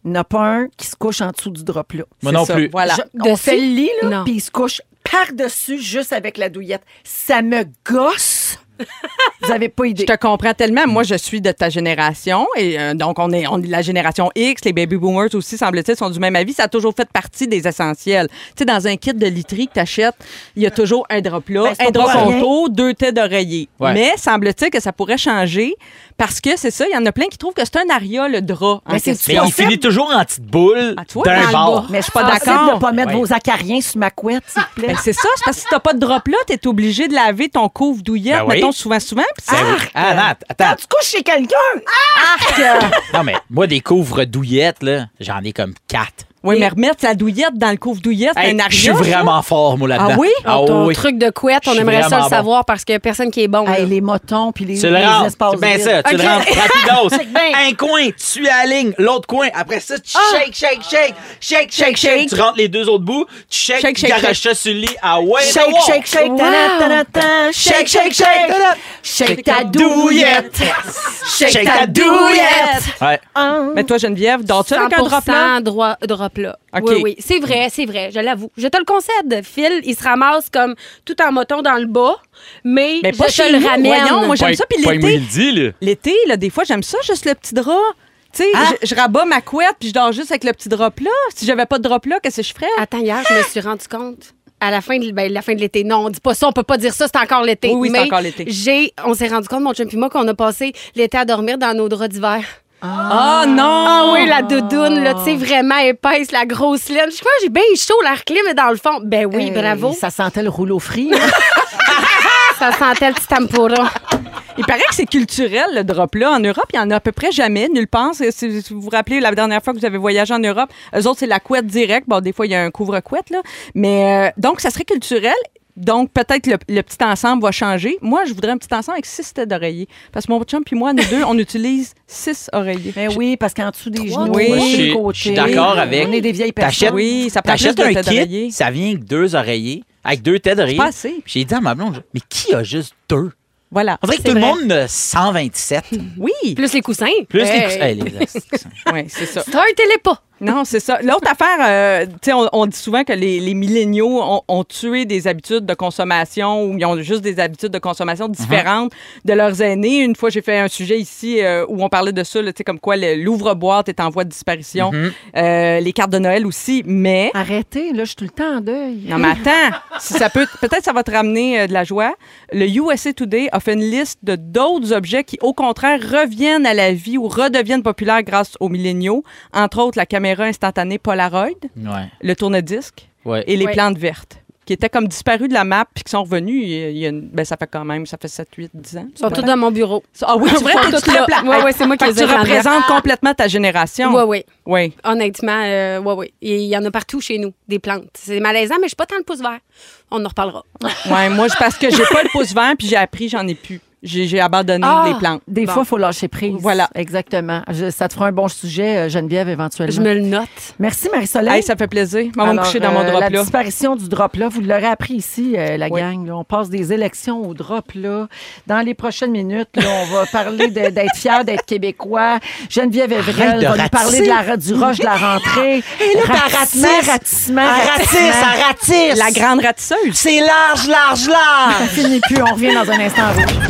Il n'y en a pas un qui se couche en dessous du drop là.
Moi
C'est
non
ça.
plus.
Voilà.
Je- on
Dessus?
fait le lit, là,
Non.
puis il se couche par-dessus juste avec la douillette. Ça me gosse. Vous avez pas idée.
Je te comprends tellement. Moi, je suis de ta génération. Et euh, donc, on est, on est de la génération X. Les baby boomers aussi, semble-t-il, sont du même avis. Ça a toujours fait partie des essentiels. Tu sais, dans un kit de literie que tu achètes, il y a toujours un drop là,
Ben, c'est
un
pas
drop
pour rien.
contour, deux têtes d'oreiller.
Ouais.
Mais semble-t-il que ça pourrait changer parce que c'est ça. Il y en a plein qui trouvent que c'est un aria, le drap. en
Mais Ben, c'est
question.
Mais on
possible.
finit toujours en petite boule
Ah, tu vois, dans
d'un
le
bord.
bas.
Mais je suis pas
Ah,
d'accord Ah, de
d'accord.
ne pas mettre
Ouais.
vos acariens sur ma couette, s'il vous plaît.
Ben, c'est ça, c'est parce que si t'as pas de drop là, t'es obligé de laver ton couvre-douillette,
Ben oui.
mettons, souvent, souvent. puis ça-
Ben oui. Ah, non,
Quand
attends.
tu couches chez quelqu'un, Ah!
Non, mais moi, des couvres douillettes, là, j'en ai comme quatre.
Oui, mais remettre la douillette dans le couvre-douillette, c'est
Hey,
un aria.
je suis
ça.
vraiment fort, moi, là-dedans.
Ah oui?
Ton
oui.
Oh, truc de couette, on
Je suis
aimerait ça
vraiment
le
bon.
savoir parce qu'il n'y a personne qui est bon. là.
Hey, les motons puis les,
Tu le
les
rentres.
espaces
Ben
vides.
ça, tu le
Ok.
rentres. Rapidos.
Check bien.
Un coin, tu alignes. L'autre coin. Après ça, tu shake, shake, shake. Shake, shake, shake. Tu rentres les deux autres bouts. Tu shake,
Shake,
tu
shake,
garages ça sur le lit. Ah ouais,
Shake,
wow.
shake, shake,
Wow.
ta-da, ta-da, ta. shake, shake, shake, ta-da. shake ta douillette, shake ta douillette.
Ouais.
Mais toi, Geneviève, dors-tu avec un drop
100% droit, drop là.
OK.
Oui, oui. C'est vrai, c'est vrai. Je l'avoue. Je te le concède. Phil, il se ramasse comme tout en moton dans le bas, mais,
Mais
je
pas
te
chez
le
nous,
ramène.
voyons, moi, J'aime ça, puis
Pas- pas
l'été-
il dit, là.
L'été, là, des fois, j'aime ça, juste le petit drap. Tu sais,
Ah!
je, je rabats ma couette puis je dors juste avec le petit drop là. Si j'avais pas de drop là, qu'est-ce que je ferais?
Attends, hier, je me suis rendu compte. À la fin de, ben, la fin de l'été. Non, on dit pas ça, on peut pas dire ça, c'est encore l'été.
Oui, oui, c'est
Mais
encore l'été.
J'ai, on s'est rendu compte, mon chum et moi, qu'on a passé l'été à dormir dans nos draps d'hiver.
Ah non!
Ah oui, la doudoune, là, tu sais, vraiment épaisse, la grosse laine. Je crois que j'ai bien chaud, l'air clim est dans le fond. Ben oui,
Hey,
bravo.
Ça sentait le rouleau frit. hein.
Ça sentait le petit tempura.
Il paraît que c'est culturel, le drop-là. En Europe, il n'y en a à peu près jamais, nulle part. C'est- c'est- Si vous vous rappelez, la dernière fois que vous avez voyagé en Europe, eux autres, c'est la couette directe. Bon, des fois, il y a un couvre-couette, là. Mais euh, donc, ça serait culturel. Donc, peut-être le, le petit ensemble va changer. Moi, je voudrais un petit ensemble avec six têtes d'oreiller. Parce que mon chum puis moi, nous deux, on utilise six oreillers.
Mais Ben oui, parce qu'en dessous des genoux, euh,
Oui.
sur
Moi, je
les
suis-
côtés,
je suis d'accord avec.
On est des vieilles
T'achètes
personnes.
Oui, ça prend plus
T'achètes
de
un
têtes d'oreiller.
kit, ça vient avec deux oreillers, avec deux têtes d'oreiller.
pas assez.
Puis J'ai dit à ma blonde, mais qui a juste deux?
Voilà.
On dirait que
C'est
tout
vrai.
le monde a 127.
Oui.
Plus les coussins.
Plus les
Hey.
coussins. Hey, les astuces.
Oui, c'est ça.
Startez-les pas.
Non, c'est ça. L'autre affaire, euh, tu sais, on, on dit souvent que les, les milléniaux ont, ont tué des habitudes de consommation ou ils ont juste des habitudes de consommation différentes de leurs aînés. Une fois, j'ai fait un sujet ici euh, où on parlait de ça, là, tu sais, comme quoi le- l'ouvre-boîte est en voie de disparition, Euh, les cartes de Noël aussi, mais...
Arrêtez, là, je suis tout le temps en deuil.
Non, mais attends, si ça peut, peut-être ça va te ramener euh, de la joie. Le USA Today a fait une liste de d'autres objets qui, au contraire, reviennent à la vie ou redeviennent populaires grâce aux milléniaux. Entre autres, la caméra instantanée Polaroid,
Ouais.
le tourne-disque
Ouais.
et les
Ouais.
plantes vertes qui étaient comme disparues de la map puis qui sont revenues. il y a- il y a une- ben, ça fait quand même, ça fait 7, 8, 10 ans.
Ils sont tous dans mon bureau.
Ah oui,
Ils
c'est
sont
vrai,
tous
t'es
là.
très plat.
Ouais, ouais, c'est moi qui
Fait que
les ai
tu
rendus.
représentes complètement ta génération.
Ouais, ouais.
Oui.
Honnêtement, euh, ouais, ouais. Il y en a partout chez nous, des plantes. C'est malaisant, mais je suis pas tant le pouce vert. On en reparlera.
Ouais, moi, c'est parce que j'ai pas le pouce vert puis j'ai appris, j'en ai plus. J'ai j'ai abandonné
Ah,
les plantes.
Des
Bon.
fois, il faut lâcher prise.
Voilà.
Exactement. Je- ça te fera un bon sujet, euh, Geneviève, éventuellement.
Je me le note.
Merci, Marie-Soleil.
Hey, ça fait plaisir. Maman me
Alors,
coucher dans mon
euh,
drop
La
là.
disparition du drop-là, vous l'aurez appris ici, euh, la
Oui.
gang. là. On passe des élections au drop-là. Dans les prochaines minutes, là, on va parler de- d'être fier d'être québécois. Geneviève Evrel
de
va nous
ratisser.
parler de la, du rush de la rentrée. Et
là, t'as
ratissement,
ratisse.
ratissement,
Elle
ratissement.
ratisse, elle ratisse.
La grande ratisseuse.
C'est large, large, large.
Ça finit plus. On revient dans un instant. Rouge.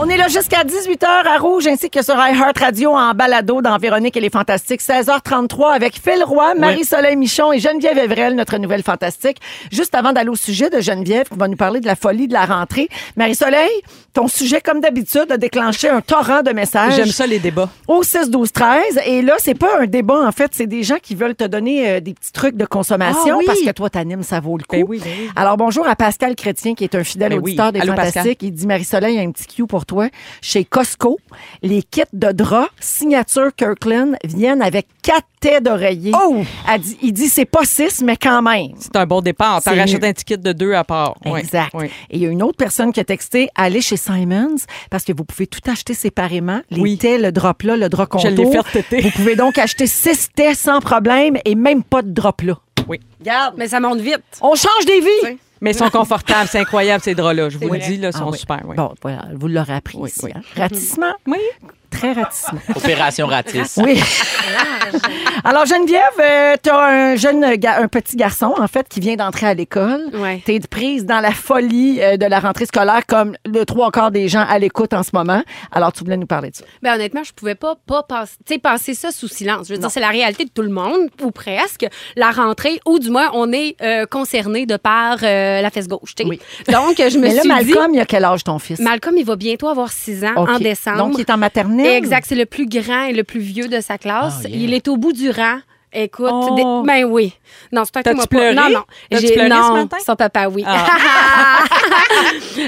On est là jusqu'à 18h à Rouge, ainsi que sur iHeartRadio en balado dans Véronique et les Fantastiques. 16h33 avec Phil Roy, Marie-Soleil Michon et Geneviève Evrel, notre nouvelle fantastique. Juste avant d'aller au sujet de Geneviève, qui va nous parler de la folie de la rentrée. Marie-Soleil, ton sujet, comme d'habitude, a déclenché un torrent de messages
J'aime ça les débats.
au 6 12 13 et là c'est pas un débat en fait, c'est des gens qui veulent te donner euh, des petits trucs de consommation
Ah oui.
parce que toi t'animes ça vaut le coup.
Ben oui, ben oui.
Alors bonjour à Pascal Chrétien qui est un fidèle
Ben oui.
auditeur des
Allô,
fantastiques, il dit Marie-Soleil a un petit cue pour toi chez Costco, les kits de draps signature Kirkland viennent avec quatre têtes d'oreiller.
Oh!
Elle dit- il dit c'est pas six mais quand même.
C'est un bon départ. T'en
C'est
rachètes
mieux.
un ticket de deux à part. Oui,
Exact.
oui.
Et il y a une autre personne qui a texté allez chez Simons parce que vous pouvez tout acheter séparément, les
Oui.
tés, le drop là, le drop
Je
contour.
l'ai fait tété.
Vous pouvez donc acheter six tés sans problème et même pas de drop là.
Oui.
Regarde,
Mais ça monte vite.
on change des vies.
Mais ils sont confortables. C'est incroyable, ces draps-là. Je vous le dis, là, ils
Ah
sont
oui.
super. oui.
Bon, voilà, vous l'aurez appris
Oui,
ici.
oui.
hein. Ratissement,
Oui.
très ratissement.
Opération ratisse.
Oui. Alors Geneviève, tu as un jeune ga- un petit garçon en fait qui vient d'entrer à l'école.
Ouais.
T'es prise dans la folie euh, de la rentrée scolaire comme le trois quarts des gens à l'écoute en ce moment. Alors tu voulais nous parler de ça.
Ben honnêtement, je pouvais pas pas passer, tu sais, passer ça sous silence. Je veux dire, c'est la réalité de tout le monde ou presque. La rentrée, ou du moins, on est euh, concerné de par euh, la fesse gauche. tu sais.
Oui.
Donc, je me
Mais là
suis dit,
Malcolm, il a quel âge ton fils
Malcolm, il va bientôt avoir 6 ans
OK.
en décembre.
Donc il est en maternelle.
Exact, c'est le plus grand et le plus vieux de sa classe.
Ah, yeah.
Il est au bout du rang. Écoute,
Oh.
des- ben oui. Non, c'est toi qui
T'as-tu
m'as
pleuré?
Non, non.
T'as-tu
J'ai-
pleuré ce
non,
matin?
son papa, oui.
Ah.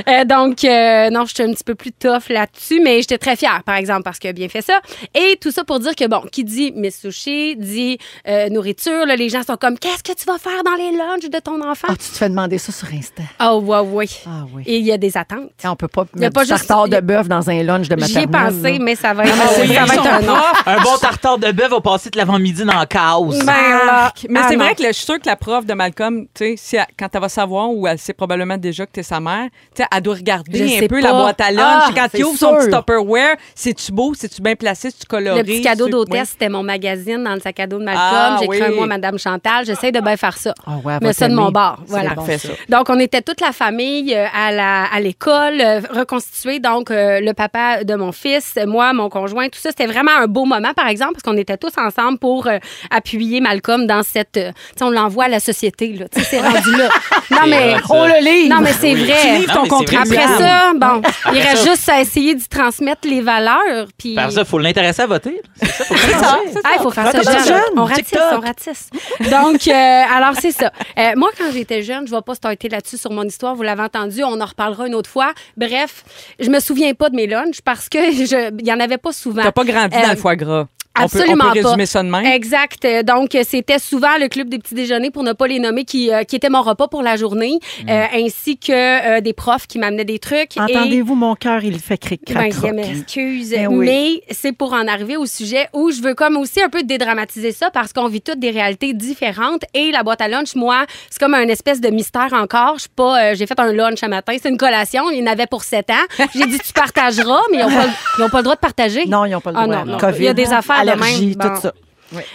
Euh, donc, euh, non, j'étais un petit peu plus tough là-dessus, mais j'étais très fière, par exemple, parce qu'il a bien fait ça. Et tout ça pour dire que, bon, qui dit Miss Sushi, dit euh, nourriture, là, les gens sont comme, qu'est-ce que tu vas faire dans les lunchs de ton enfant?
Ah, tu te fais demander ça sur Insta.
Ah, ouais, ouais.
Ah oui.
Et il y a des attentes.
On peut pas
y a
mettre
pas
du
juste-
tartare
y a-
de bœuf dans un lunch de
J'y ai
maternelle.
pensé,
là.
mais ça va être,
Ah oui,
ça va
ils
être
sont
un non.
propres.
Un bon tartare de bœuf va passer de l'avant-midi dans la cause.
Ben, là.
Mais
Ah,
c'est
non.
vrai que là, je suis sûre que la prof de Malcolm, tu sais, si elle- quand elle va savoir ou elle sait probablement déjà que t'es sa mère, tu sais, elle doit
Je
regarder un
sais
peu
pas.
la boîte à lunch.
Ah,
Et quand
c'est
il ouvre son
sûr.
petit Tupperware, c'est-tu beau, c'est-tu bien placé, c'est-tu coloré?
Le petit cadeau
c'est-
d'hôtesse,
Oui.
c'était mon magazine dans le sac à dos de Malcolm.
Ah,
J'ai
oui.
cru un mois Madame Chantal. J'essaie de bien faire ça.
Ah ouais, elle va
Mais ça de
t'aimer.
mon bord.
C'est
Voilà.
bon,
Parfait, ça.
Donc, on était toute la famille euh, à la- à l'école, euh, reconstituée. Donc, euh, le papa de mon fils, moi, mon conjoint, tout ça. C'était vraiment un beau moment, par exemple, parce qu'on était tous ensemble pour, euh, appuyer Malcolm dans cette. euh, tu sais, on l'envoie à la société, là. Tu sais, c'est rendu là. Non, mais.
hot, ça.
On le livre.
Non, mais c'est vrai.
livres ton contrat.
Après ça, bon, il reste juste à essayer d'y transmettre les valeurs. Puis...
Par ça, il faut l'intéresser à voter. là. C'est ça, faut
C'est ça.
Ah, il faut faire ça
Recommence
jeune.
jeune,
On ratisse,
TikTok.
on ratisse. Donc, euh, alors, c'est ça. Euh, moi, quand j'étais jeune, je ne vais pas starter là-dessus sur mon histoire. Vous l'avez entendu, on en reparlera une autre fois. Bref, je me souviens pas de mes lunchs parce que je- il n'y en avait pas souvent.
T'as pas grandi
Euh,
dans le foie gras. On peut-
Absolument
on peut, résumer
pas.
ça de même.
Exact. Euh, Donc, euh, c'était souvent le club des petits déjeuners, pour ne pas les nommer, qui, euh, qui était mon repas pour la journée,
Mm.
euh, ainsi que euh, des profs qui m'amenaient des trucs. Et-
Entendez-vous, mon cœur, il fait cric
ben,
crac
je
croc.
m'excuse,
Ben oui.
mais c'est pour en arriver au sujet où je veux comme aussi un peu dédramatiser ça parce qu'on vit toutes des réalités différentes et la boîte à lunch, moi, c'est comme un espèce de mystère encore. Je suis pas, euh, j'ai fait un lunch un matin, c'est une collation, il y en avait pour 7 ans. J'ai dit tu partageras, mais ils n'ont pas, ils ont pas le droit de partager.
Non, ils n'ont pas le
Ah,
droit.
non, non.
COVID,
Il y a des affaires de
allergies,
même.
tout
Bon.
ça.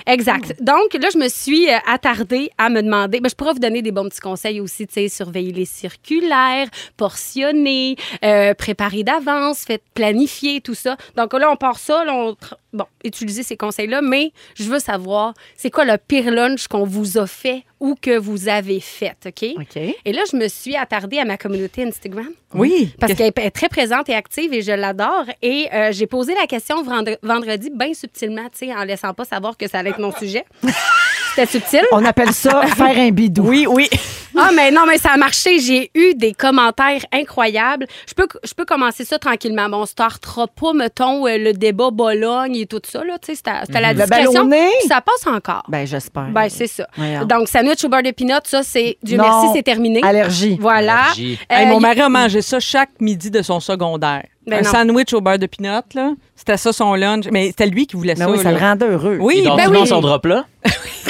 Exact. Donc, là, je me suis euh, attardée à me demander. Ben, je pourrais vous donner des bons petits conseils aussi, tu sais, surveiller les circulaires, portionner, euh, préparer d'avance, faites planifier, tout ça. Donc, là, on part ça, là, on. tr- Bon, utiliser ces conseils-là, mais je veux savoir, c'est quoi le pire lunch qu'on vous a fait ou que vous avez fait, OK?
OK.
Et là, je me suis attardée à ma communauté Instagram.
Oui.
Parce qu'elle est très présente et active et je l'adore. Et euh, j'ai posé la question vendre- vendredi bien subtilement, tu sais, en laissant pas savoir que ça allait être mon sujet. C'était subtil.
On appelle ça faire un bidou. Oui, oui.
Ah, mais non, mais ça a marché. J'ai eu des commentaires incroyables. Je peux, je peux commencer ça tranquillement. Bon, on startera pas, mettons, euh, le débat Bologne et tout ça, là. Tu sais, c'était c'était la
Le
discussion.
ballonné.
Puis Ça passe encore.
Mhm. Ben, j'espère.
Ben, c'est ça.
Voyons.
Donc, sandwich au beurre de peanut, ça, c'est... Dieu
Non.
merci, c'est terminé.
Allergie.
Voilà.
Allergie.
Euh,
Hey,
y-
mon mari a mangé ça chaque midi de son secondaire.
Ben
un
non.
sandwich au beurre de pinot, là. C'était ça son lunch. Mais c'était lui qui voulait
Mais
ça.
Ben oui, ça le
là.
rendait heureux.
Oui,
Ils ont
ben
du nom
oui.
son drop là.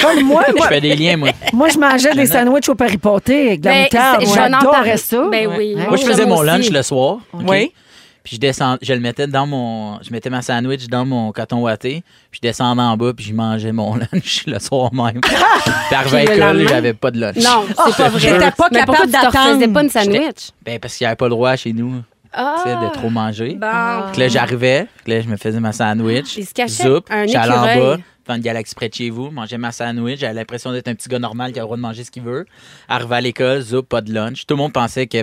Comme moi,
Je
moi,
fais des liens, moi.
moi, je mangeais des
Je note.
sandwichs au paripoté avec de la
Ben,
moutarde.
c'est- j'en
J'adorais
entends-
ça.
Ben oui.
Moi,
Moi, je
j'aime
faisais mon
aussi.
lunch le soir. OK?
Oui.
Puis je descends, je le mettais dans mon, je mettais ma sandwich dans mon coton ouaté, puis je descendais en bas, puis je mangeais mon lunch le soir même. puis arrivé à
Puis le
l'école,
lendemain?
j'avais pas de lunch.
Non, c'est Ah, pas vrai.
J'étais pas
Mais pourquoi
capable
tu te
d'attendre.
refaisais pas une sandwich.
Ben, parce qu'il n'y avait pas le droit chez nous, tu sais, de trop manger.
Ah. Bon.
Fait que là, j'arrivais, fait que là, je me faisais ma sandwich.
Il se cachait,
Zoup,
un
j'allais en bas,
écureuil.
devant une galaxie près de chez vous, mangeais ma sandwich, j'avais l'impression d'être un petit gars normal qui a le droit de manger ce qu'il veut. Arrivé à l'école, zoup, pas de lunch. Tout le monde pensait que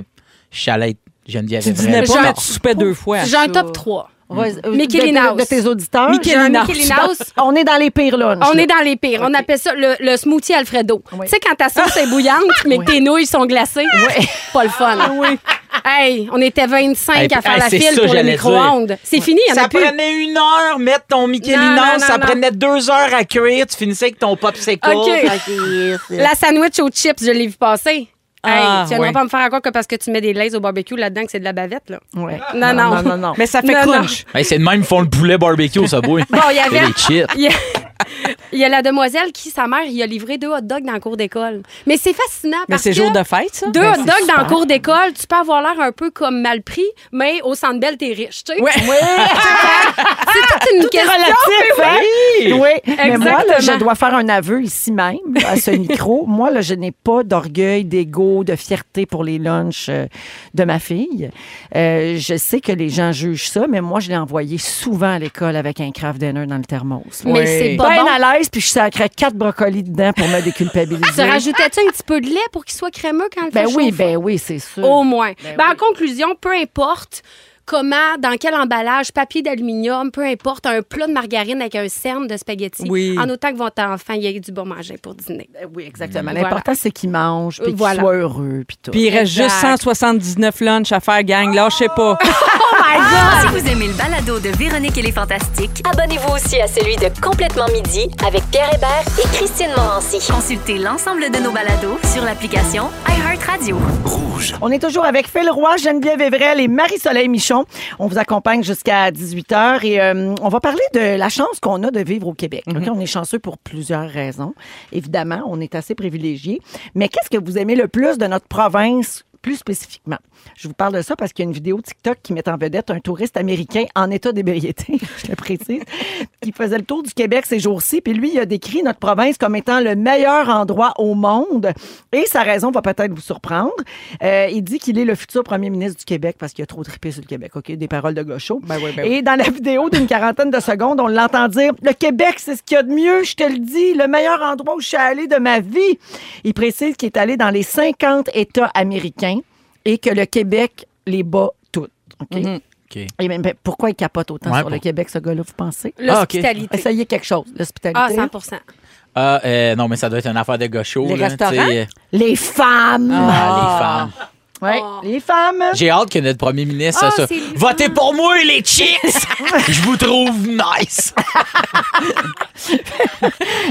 j'allais être Geneviève
Tu
Everett.
dînais pas,
Genre-
mais tu soupais deux fois.
J'ai un top 3.
euh, de,
Michelinos.
de, de tes auditeurs.
J'ai un Michelinos.
On est dans les pires lunchs.
Ah,
On
là.
est dans les pires. On appelle ça le, le smoothie Alfredo. Tu sais, quand ta sauce est bouillante, mais que tes nouilles sont glacées, pas le fun.
Ah,
Hey, on était 25
Hey,
à faire
hey,
la
c'est
file
ça,
pour le
j'allais dire.
micro-ondes. C'est fini, il y en
Ça
a plus.
prenait une heure mettre ton Michelinos,
Non, non, non,
ça
non.
prenait deux heures à cuire, tu finissais avec ton popsicle.
OK.
Fait que-
La sandwich aux chips, je l'ai vu passer.
Ah,
hey, tu viendras
ouais.
pas me faire encore que parce que tu mets des lays au barbecue là-dedans que c'est de la bavette, là.
Ouais.
Non, non.
Non, non, non.
Mais ça fait
Non, non.
crunch.
Hey, c'est de même qu'ils font le poulet barbecue au Subway.
Bon, il y avait-
C'est des chips.
Il y, a, il y a la demoiselle qui, sa mère, il a livré deux hot dogs dans le cours d'école. Mais c'est Ben, fascinant
Mais
parce
c'est
que
jour de fête, ça.
deux hot dogs dans le cours d'école, tu peux avoir l'air un peu comme mal pris, mais au centre belle, t'es riche, tu sais. Ah!
Ouais.
C'est toute une question.
relatif, hein? Oui. Mais moi, là, je
Exactement.
dois faire un aveu ici même, à ce micro. Moi, là, je n'ai pas d'orgueil, d'ego, de fierté pour les lunchs euh, de ma fille. Euh, je sais que les gens jugent ça, mais moi, je l'ai envoyé souvent à l'école avec un craft dinner dans le thermos. là.
Mais
Ouais.
c'est pas
Bien
bon.
à l'aise, puis je sacrais quatre brocolis dedans pour me
Tu
déculpabiliser.
rajoutais-tu un petit peu de lait pour qu'il soit crémeux quand le
ben
fait
oui,
chauffer?
ben oui, c'est sûr.
Au moins. Ben, En conclusion, peu importe comment, dans quel emballage, papier d'aluminium, peu importe, un plat de margarine avec un cerne de spaghettis,
Oui.
en autant que votre enfant y ait du bon manger pour dîner.
Ben oui, exactement.
Voilà.
L'important, c'est qu'ils mangent, puis qu'ils
Voilà.
soient heureux, puis tout.
Puis il reste
Exact.
juste 179 lunchs à faire,
Oh!
gang. Là, je sais pas.
Si vous aimez le balado de Véronique et les Fantastiques,
Abonnez-vous aussi à celui de Complètement Midi avec Pierre Hébert et Christine Morancy.
consultez l'ensemble de nos balados sur l'application iHeartRadio.
On est toujours avec Phil Roy, Geneviève Évrel et Marie-Soleil Michon. On vous accompagne jusqu'à 18h et euh, on va parler de la chance qu'on a de vivre au Québec. OK? On est chanceux pour plusieurs raisons. Évidemment, on est assez privilégiés. Mais qu'est-ce que vous aimez le plus de notre province plus spécifiquement. Je vous parle de ça parce qu'il y a une vidéo TikTok qui met en vedette un touriste américain en état d'ébriété, je le précise, qui faisait le tour du Québec ces jours-ci. Puis lui, il a décrit notre province comme étant le meilleur endroit au monde. Et sa raison va peut-être vous surprendre. Euh, il dit qu'il est le futur premier ministre du Québec parce qu'il a trop trippé sur le Québec. OK, des paroles de gaucho.
Ben oui, ben oui.
Et dans la vidéo d'une quarantaine de secondes, on l'entend dire Le Québec, c'est ce qu'il y a de mieux, je te le dis, le meilleur endroit où je suis allé de ma vie. Il précise qu'il est allé dans les 50 États américains et que le Québec les bat toutes. OK?
OK.
Et même, ben, pourquoi il capote autant
Ouais,
sur le
pour-
Québec, ce gars-là, vous pensez?
L'hospitalité.
Essayez quelque chose,
Ah,
l'hospitalité.
100
Ah, euh, non, mais ça doit être une affaire de gaucho.
Les
là,
restaurants?
tu sais.
les femmes!
Ah, les femmes.
Ouais, les femmes!
J'ai hâte que notre premier ministre
Ah,
fasse ça.
c'est lui.
Votez pour moi, les chicks! Je vous trouve nice!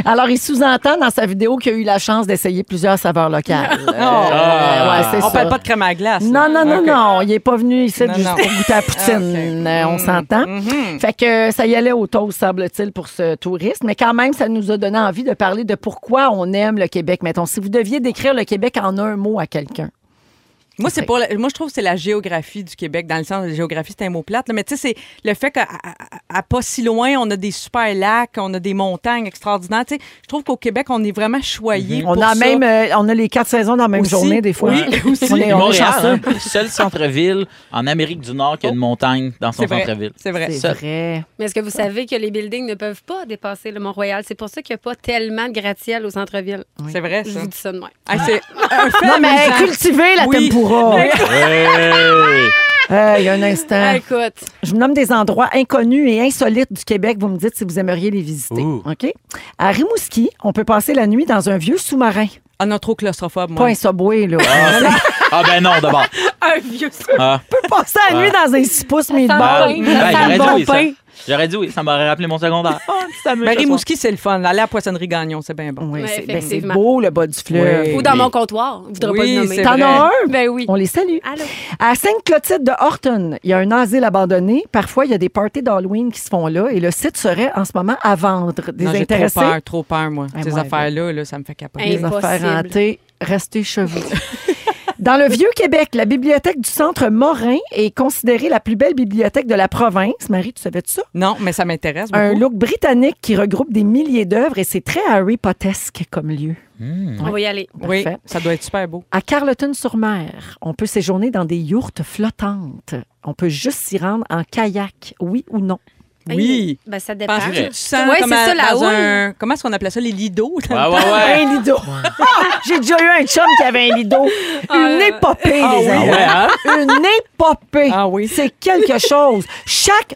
Alors, il sous-entend dans sa vidéo qu'il a eu la chance d'essayer plusieurs saveurs locales. Euh,
Ah.
ouais, c'est
On
ça.
parle pas de crème à glace.
Non, non, non,
OK.
non. Il est pas venu ici
Non,
juste
non. Ah,
pour goûter à la poutine.
Ok.
Euh, on
Mhm.
s'entend.
Mhm.
Fait que euh, ça y allait au toast, semble-t-il, pour ce touriste. Mais quand même, ça nous a donné envie de parler de pourquoi on aime le Québec. Mettons, si vous deviez décrire le Québec en un mot à quelqu'un.
Moi, c'est pour la- moi, je trouve que c'est la géographie du Québec, dans le sens de la géographie, c'est un mot plate. là, mais tu sais, c'est le fait qu'à à- à- à pas si loin, on a des super lacs, on a des montagnes extraordinaires. Tu sais, je trouve qu'au Québec, on est vraiment choyé.
On
pour
a
ça.
même, euh, on a les quatre saisons dans la même
Aussi.
journée, des fois.
Oui, aussi.
On est, on est
Montréal,
chanceux.
hein, seul centre-ville en Amérique du Nord
Oh.
qui a une montagne dans son
C'est vrai,
centre-ville.
c'est vrai.
C'est
Seul.
vrai.
Mais est-ce que vous savez que les buildings ne peuvent pas dépasser le Mont-Royal? C'est pour ça qu'il n'y a pas tellement de gratte-ciel au centre-ville.
C'est vrai,
Je
ça.
vous dis ça de même.
Ah, c'est un fait
Mm-hmm. Non, mais
amusant.
cultiver la
Oui.
tempura. Euh,
Hey!
Il y a un instant.
Ah, écoute,
Je vous nomme des endroits inconnus et insolites du Québec. Vous me dites si vous aimeriez les visiter.
Ouh.
OK? À Rimouski, on peut passer la nuit dans un vieux sous-marin.
Ah non, trop claustrophobe,
Pas
moi.
un subway, là.
Ah ben non, d'abord.
un vieux
Ah.
on peut passer la nuit dans un 6 pouces
Ah,
meatball.
ben, j'aurais dû,
bon
oui, ça.
pain.
J'aurais dû, oui, ça m'aurait rappelé mon secondaire.
Ben, Rimouski, c'est le fun. Aller à Poissonnerie Gagnon, c'est bien bon.
Oui,
Ouais,
c'est- ben, c'est
effectivement.
beau, le bas du fleuve.
Oui.
Ou dans mon comptoir. Vous ne voudrez pas
Oui,
le nommer.
c'est
T'en
vrai.
as un?
Ben oui.
On les salue.
Allô?
À Sainte-Clotilde de Horton, il y a un asile abandonné. Parfois, il y a des parties d'Halloween qui se font là et le site serait en ce moment à vendre. Des
Non, j'ai trop
intéressés,
peur, trop peur, moi.
Ah,
Ces
moi,
affaires-là, là, ça me fait capoter.
les
Impossible.
affaires hantées, restez chez vous. Dans le Vieux-Québec, la bibliothèque du Centre Morin est considérée la plus belle bibliothèque de la province. Marie, tu savais ça?
Non, mais ça m'intéresse beaucoup.
Un look britannique qui regroupe des milliers d'œuvres et c'est très Harry Pottersque comme lieu.
On va y aller.
Oui,
Parfait.
ça doit être super beau.
À Carleton-sur-Mer, on peut séjourner dans des yourtes flottantes. On peut juste s'y rendre en kayak, oui ou non.
Oui.
Ben, ça dépend.
Parce que tu sens
Ouais,
comme
c'est
à-
ça, la
dans
houle.
un- Comment est-ce qu'on appelait ça, les lidos?
Ouais, ouais, ouais.
Un lido. Ah! J'ai déjà eu un chum qui avait un lido. Une
Ah.
épopée, les
Ah
amis.
ouais, hein?
Une épopée.
Ah oui.
C'est quelque chose. Chaque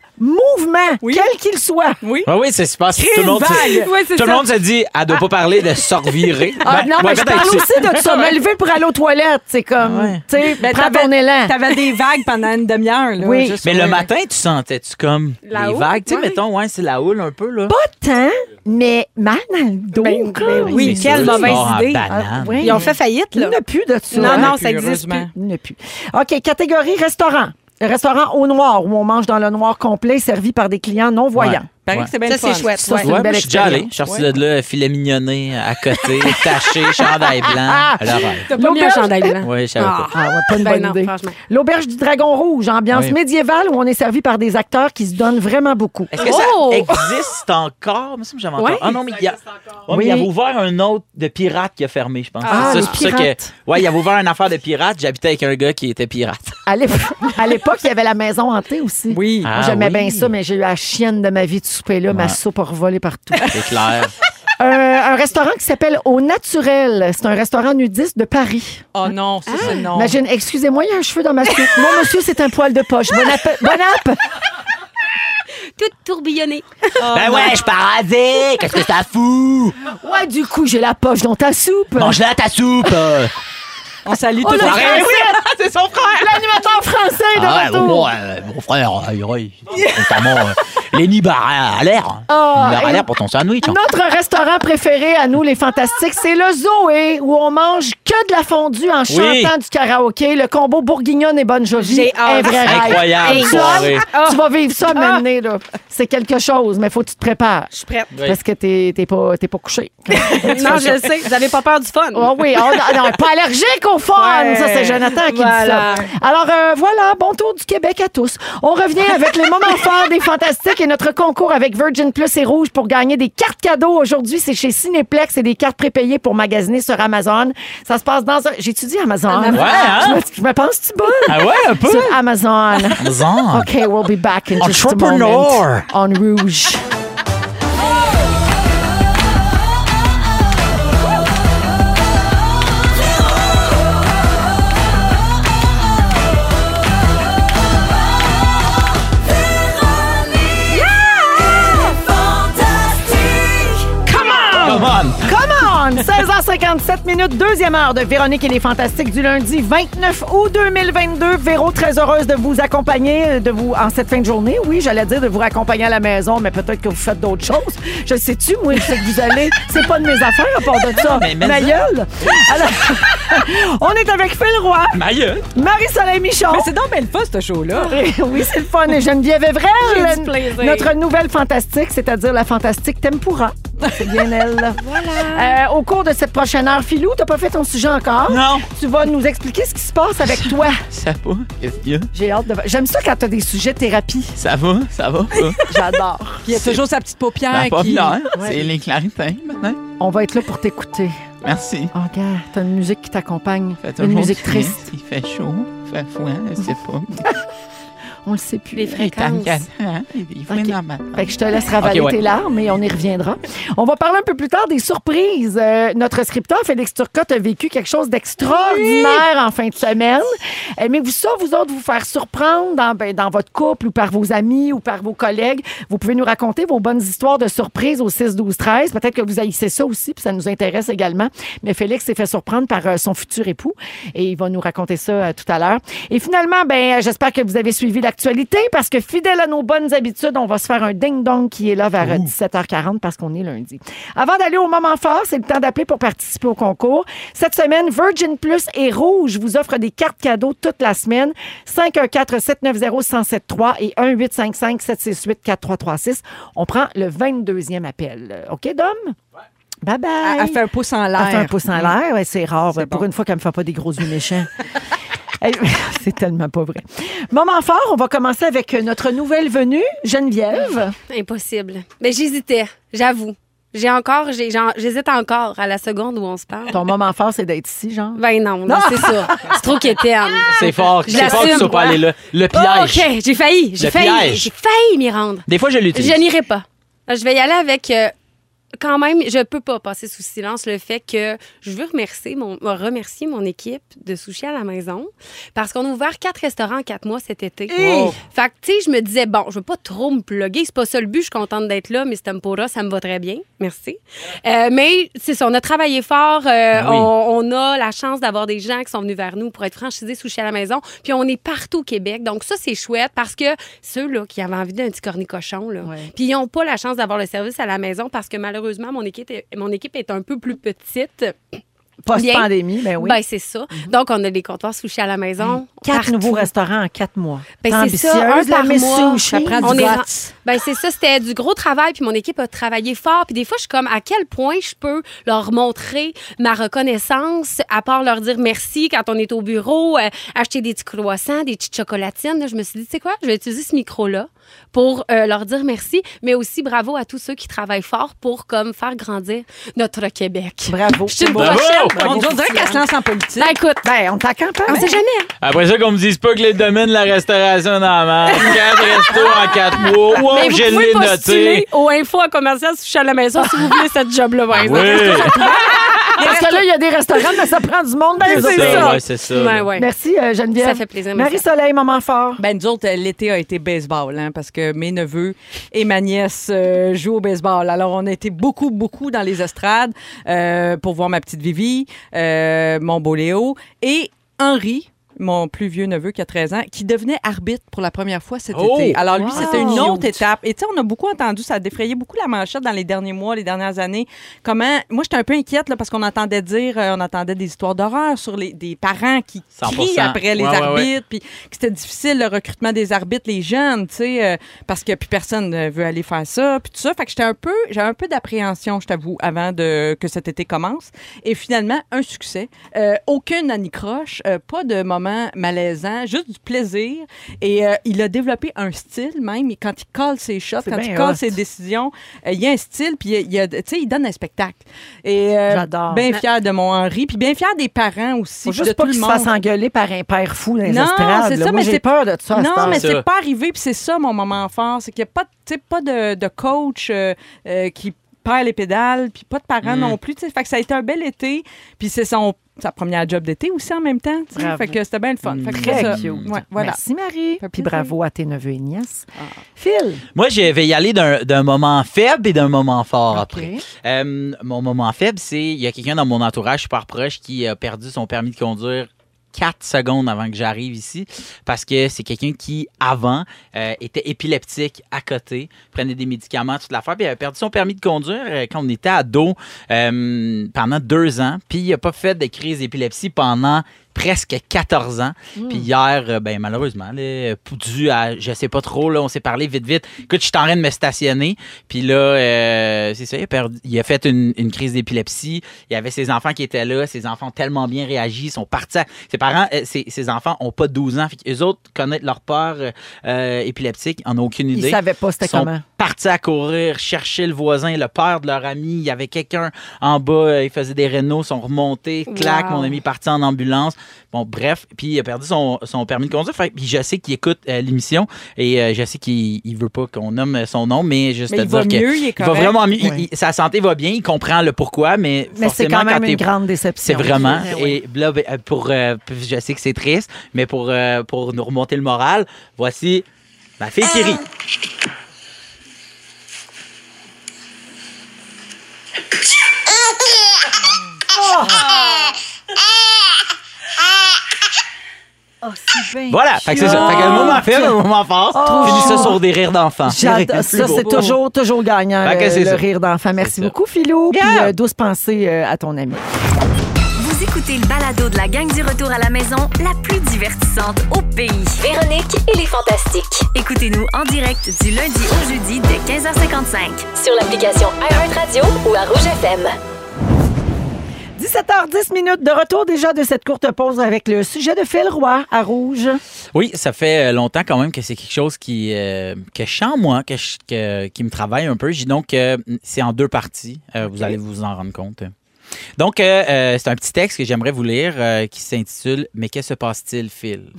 mouvement,
Oui.
quel qu'il soit.
Oui.
Ouais, oui, c'est super. Tout le monde, se-
Ouais, c'est
tout le
ça.
monde se dit, elle doit pas parler de Ben, sorvirer.
Ah, non, mais je parle aussi de ça. Me lever pour aller aux toilettes, c'est comme,
Ouais.
tu sais,
Ben,
prends
t'avais-
ton élan.
T'avais des vagues pendant une demi-heure. là,
Oui.
juste euh,
Mais
sur
le matin, tu sentais-tu comme
La
les
houle,
vagues? Tu sais,
ouais.
mettons, ouais, c'est la houle un peu, là.
Pas tant, mais mal dans le dos.
Ben,
comme.
ben oui,
C'est
quelle
sûr,
sûr.
mauvaise
tu sors en
idée.
banane.
Ah, oui.
Ils ont fait faillite,
Il n'y
là.
en a plus de ça.
Non,
Ouais,
non,
puis
ça existe
heureusement.
plus.
Il n'y en a plus. OK, catégorie restaurant. Restaurant au noir, où on mange dans le noir complet, servi par des clients non voyants.
Ouais.
Pareil que c'est bien
Ça,
le fun.
c'est chouette.
Ça, c'est
Ouais,
une
moi,
belle
je suis déjà allé.
expérience.
Je suis sorti de là, filet mignonné à côté, taché, chandail blanc. Le rêve.
T'as pas mis un
L'auberge-
chandail blanc.
Oui, je savais
Ah.
Ah ouais, pas une
Ben
bonne
non,
idée.
franchement.
L'auberge du Dragon Rouge, ambiance
Oui.
médiévale où on est servi par des acteurs qui se donnent vraiment beaucoup.
Est-ce que
Oh!
ça existe encore? Il me semble que j'avais entendu.
Ouais.
Ah non, mais il y a- Ouais, mais
Oui.
il avait ouvert un autre de pirate qui a fermé, je pense.
Ah,
Ça,
les
c'est pour ça
pirates.
que. Ouais, il avait ouvert une affaire de pirate. J'habitais avec un gars qui était pirate.
À l'ép- à l'époque, il y avait la maison hantée aussi.
Oui.
Moi,
Ah
J'aimais
oui.
bien ça, mais j'ai eu la chienne de ma vie de souper là, ma
Ouais.
soupe a revolé partout.
C'est clair.
Euh, un restaurant qui s'appelle Au Naturel. C'est un restaurant nudiste de Paris.
Oh non, ça, c'est non.
Ah. Imagine, excusez-moi, il y a un cheveu dans ma soupe. Mon monsieur, c'est un poil de poche. Bon app. Bon app.
Tout tourbillonné.
Oh,
ben ouais, je paradis! Qu'est-ce que ça fout?
Ouais, du coup, j'ai la poche dans ta soupe.
Mange-la ta soupe! euh.
Ben,
On salue
Oh,
tous
le
les-
français!
c'est son frère!
L'animateur français de
Ah, ouais,
retour.
au moins, euh, mon frère, euh, il- il- notamment euh, Lenny Barra à l'air.
Ah,
Il leur a
et- Ah,
l'air pour ton sandwich. hein.
Notre restaurant préféré à nous, les fantastiques, c'est le Zoé, où on mange que de la fondue en
Oui.
chantant du karaoké. Le combo bourguignonne et bonne jovie,
J'ai
un
hâte. Ah.
vrai rêve.
Incroyable
Hey,
soirée.
Tu vas vivre ça maintenant, là. C'est quelque chose, mais faut que tu te prépares.
Je suis prête.
Oui.
Parce que t'es t'es pas, t'es pas couché.
non, je le sais. Vous n'avez pas peur du fun.
Oh oui, oh non, non, pas allergique au fun.
Ouais.
Ça, c'est Jonathan qui
Voilà.
dit ça. Alors, euh, voilà, bon tour du Québec à tous. On revient avec les moments forts des Fantastiques et notre concours avec Virgin Plus et Rouge pour gagner des cartes cadeaux. Aujourd'hui, c'est chez Cinéplex et des cartes prépayées pour magasiner sur Amazon. Ça se passe dans un... J'étudie Amazon.
Ouais, hein?
Je me- Je me pense-tu bonne?
Ah ouais, un peu.
Sur Amazon.
Amazon.
OK, we'll be back in just a moment.
Entrepreneur.
On Rouge. ah.
Come on.
Come on! 16h57 minutes, deuxième heure de Véronique et les Fantastiques du lundi 29 août 2022. Véro, très heureuse de vous accompagner de vous, en cette fin de journée. Oui, j'allais dire de vous accompagner à la maison, mais peut-être que vous faites d'autres choses. Je le sais-tu, moi, je sais que vous allez. C'est pas de mes affaires à part de ça.
mais mets-le.
Ma gueule. Alors, on est avec Phil Roy,
Ma gueule.
Marie-Soleil Michon.
Mais c'est donc belle fun, ce show-là.
oui, c'est le fun. Et Geneviève
du
Evrel,
plaisir.
notre nouvelle fantastique, c'est-à-dire la fantastique Tempura. C'est bien elle. là. Euh, au cours de cette prochaine heure, Philou, t'as pas fait ton sujet encore.
Non.
Tu vas nous expliquer ce qui se passe avec toi.
Ça va? Qu'est-ce qu'il y a?
J'ai hâte de. J'aime ça quand t'as des sujets de thérapie.
Ça va? Ça va? pas?
J'adore.
Puis il y a toujours sa petite
Ah,
paupière
La
qui...
populaire, hein? c'est les clarintins maintenant.
On va être là pour t'écouter.
Merci.
Oh, regarde, t'as une musique qui t'accompagne.
Fait toujours
Une musique
frais.
triste.
Il fait chaud, il fait froid, je sais pas.
On le sait plus.
Les
Il est en
fréquences.
Canada, il fait
Ok.
normal.
Fait que je te laisse ravaler
Ok, ouais.
tes larmes et on y reviendra. On va parler un peu plus tard des surprises. Euh, notre scripteur, Félix Turcotte, a vécu quelque chose d'extraordinaire en fin de semaine. Aimez-vous ça, vous autres, vous faire surprendre dans, ben, dans votre couple ou par vos amis ou par vos collègues? Vous pouvez nous raconter vos bonnes histoires de surprises au 6-12-13. Peut-être que vous haïssez ça aussi, puis ça nous intéresse également. Mais Félix s'est fait surprendre par euh, son futur époux et il va nous raconter ça euh, tout à l'heure. Et finalement, ben, euh, j'espère que vous avez suivi l'actualité parce que fidèle à nos bonnes habitudes, on va se faire un ding-dong qui est là vers euh, 17h40 parce qu'on est lundi. Avant d'aller au moment fort, c'est le temps d'appeler pour participer au concours. Cette semaine, Virgin Plus et Rouge vous offrent des cartes cadeaux toute la semaine. 514-790-1073 et 1-855-768-4336. On prend le 22e appel. Euh, OK, Dom? Bye bye.
Elle, elle fait un pouce en
Elle fait Ah, un
l'air.
pouce en l'air, ouais, c'est rare.
C'est
ouais, pour
bon.
une fois qu'elle me fait pas des gros yeux méchants. Elle- c'est tellement pas vrai. Moment fort, on va commencer avec notre nouvelle venue, Geneviève.
Impossible. Mais j'hésitais, j'avoue. J'ai encore, j'ai- j'en- j'hésite encore à la seconde où on se parle.
Ton moment fort, c'est d'être ici, genre.
Ben non, non, c'est ça. C'est trop quétaine.
C'est fort,
Je
c'est fort que tu
l'assume,
sois pas allé là. Le
Oh,
piège.
OK, j'ai failli, j'ai
Le
failli,
piège.
j'ai failli m'y rendre.
Des fois, je l'utilise.
Je n'irai pas. Je vais y aller avec. euh, quand même, je peux pas passer sous silence le fait que je veux remercier mon, remercier mon équipe de sushi à la maison parce qu'on a ouvert quatre restaurants en quatre mois cet été. Fait que, tu sais, je me disais, bon, je veux pas trop me plugger. C'est pas ça le but. Je suis contente d'être là, mais ce tempura, ça me va très bien. Merci. Euh, mais c'est ça, on a travaillé fort. Euh,
Ben oui.
on, on a la chance d'avoir des gens qui sont venus vers nous pour être franchisés sushi à la maison. Puis on est partout au Québec. Donc ça, c'est chouette parce que ceux-là qui avaient envie d'un petit cornicochon, là,
Ouais.
puis ils n'ont pas la chance d'avoir le service à la maison parce que malheureusement, mon équipe est, mon équipe est un peu plus petite.
Post-pandémie, ben oui.
Ben, c'est ça. Donc, on a des comptoirs sushi à la maison.
quatre
partout.
nouveaux restaurants en quatre mois.
Ben,
T'es
c'est ça,
ambitieuse,
un par
la Miss
mois.
Sushi.
Ça prend
du
On est
guts.
en- Ben c'est ça, c'était du gros travail, puis mon équipe a travaillé fort. Puis des fois, je suis comme, à quel point je peux leur montrer ma reconnaissance, à part leur dire merci quand on est au bureau, euh, acheter des petits croissants, des petites chocolatines. Là, je me suis dit, tu sais quoi, je vais utiliser ce micro-là pour euh, leur dire merci, mais aussi bravo à tous ceux qui travaillent fort pour comme faire grandir notre Québec.
Bravo.
Je suis une
Bravo!
prochaine.
On dirait qu'elle se lance en politique.
Ben écoute,
Ben, on t'accampe, hein?
on sait jamais. hein.
Après ça, qu'on me dise pas que les domaines de la restauration dans la merde. Quatre restos en quatre mois. Wow,
Mais vous
Oh, je
pouvez
l'ai
postuler
noté.
au info à commercial sushi à la maison si vous voulez cette job-là, par exemple.
Ah Oui,
Parce que là, il y a des restaurants, mais ça prend du monde. Ben,
c'est
c'est
ça.
ça.
Ouais, c'est ça.
Ben, ouais.
Merci, euh, Geneviève.
Ça fait plaisir, merci.
Marie-Soleil, moment fort.
Ben, nous autres, euh, l'été a été baseball, hein, parce que mes neveux et ma nièce euh, jouent au baseball. Alors, on a été beaucoup, beaucoup dans les estrades euh, pour voir ma petite Vivi, euh, mon beau Léo et Henri. mon plus vieux neveu qui a 13 ans, qui devenait arbitre pour la première fois cet
Oh!
été. Alors lui,
Wow!
c'était une autre
Cute.
étape. Et tu sais, on a beaucoup entendu, ça a défrayé beaucoup la manchette dans les derniers mois, les dernières années. Comment, moi, j'étais un peu inquiète là, parce qu'on entendait dire, euh, on entendait des histoires d'horreur sur les des parents qui
100%.
crient après les
Ouais, ouais,
arbitres,
ouais.
puis que c'était difficile le recrutement des arbitres, les jeunes, tu sais, euh, parce que plus personne ne veut aller faire ça, puis tout ça. Fait que j'étais un peu, j'avais un peu d'appréhension, je t'avoue, avant de que cet été commence. Et finalement, un succès. Euh, aucune anicroche, euh, pas de moment malaisant, juste du plaisir. Et euh, il a développé un style même. Et quand il colle ses shots,
C'est
quand
bien
il colle
hot.
ses décisions, euh, il y a un style, puis il y a- il y a- tu sais, il donne un spectacle. Et euh,
J'adore.
Bien fier de mon Henri, puis bien fier des parents aussi,
Faut
puis de
juste pas
tout
qu'il
le
se
monde.
fasse engueuler par un père fou dans les
Non,
estrades.
c'est
là.
ça,
Moi,
mais
j'ai
c'est-
peur de ça. à cette
Non,
heure.
mais
ça.
c'est pas arrivé, puis c'est ça mon moment fort, c'est qu'il n'y a pas, de- tu sais, pas de, de coach euh, euh, qui perd les pédales, puis pas de parents
Mm.
non plus. tu sais. Fait que ça a été un bel été, puis c'est son sa première job d'été aussi en même temps. tu sais.
Bravo.
Fait que c'était bien le fun. Fait que
Très
c'est ça.
cute.
Ouais, voilà.
Merci, Marie.
Fait
Puis
plaisir.
bravo à tes neveux et nièces. Phil,
Moi, je vais y aller d'un d'un moment faible et d'un moment fort après. Euh, mon moment faible, c'est il y a quelqu'un dans mon entourage super proche qui a perdu son permis de conduire quatre secondes avant que j'arrive ici parce que c'est quelqu'un qui avant euh, était épileptique à côté prenait des médicaments toute l'affaire puis il avait perdu son permis de conduire euh, quand on était ado euh, pendant deux ans puis il a pas fait de crise d'épilepsie pendant presque 14 ans puis hier euh, ben malheureusement là, dû à je sais pas trop là on s'est parlé vite vite écoute je suis en train de me stationner puis là, euh, c'est ça, il a, perdu- il a fait une, une crise d'épilepsie. Il y avait ses enfants qui étaient là. Ses enfants ont tellement bien réagi. Ils sont partis. à- Ses parents, euh, ses, ses enfants ont pas 12 ans. Les autres connaissent leur peur euh, euh, épileptique. en ont aucune
ils
idée.
savaient pas c'était
Ils sont
comment.
partis à courir, chercher le voisin, le père de leur ami. Il y avait quelqu'un en bas, euh, il faisait des rénaux, sont remontés, clac,
Wow.
mon ami est parti en ambulance. Bon, bref, puis il a perdu son, son permis de conduire. Fait, que- puis je sais qu'il écoute euh, l'émission et euh, je sais qu'il il veut pas qu'on nomme son nom, mais juste
Mais
à
il va
dire que
mieux, il est
il va
correct.
vraiment mieux. Il-
Ouais.
il- sa santé va bien, il comprend le pourquoi, mais,
Mais c'est
forcément,
quand même
quand
une
t'es-
grande déception.
c'est vraiment.
Eh oui.
Et là, ben, euh, pour, euh, puis je sais que c'est triste, mais pour, euh, pour nous remonter le moral, voici ma fille qui rit.
Oh,
Voilà, fait que c'est ça. Fait que le moment faible, le moment fort, finit ça sur des rires d'enfants.
J'adore
C'est
ça,
beau.
c'est toujours, toujours gagnant,
Fait que
le,
c'est
le
ça.
rire d'enfant. Merci
ça.
beaucoup, Philo. Puis
Yeah.
euh, douce pensée euh, à ton ami.
Vous écoutez le balado de la gang du retour à la maison, la plus divertissante au pays.
Véronique et les Fantastiques.
Écoutez-nous en direct du lundi au jeudi dès 15h55.
Sur l'application iHeartRadio ou à Rouge FM.
17h10 minutes de retour déjà de cette courte pause avec le sujet de Phil Roy à Rouge.
Oui, ça fait euh, longtemps quand même que c'est quelque chose qui euh, que je sens moi, que je- que- qui me travaille un peu. Je dis donc que c'est en deux parties. Euh, Vous allez vous en rendre compte. Donc, euh, euh, c'est un petit texte que j'aimerais vous lire euh, qui s'intitule Mais que se passe-t-il, Phil?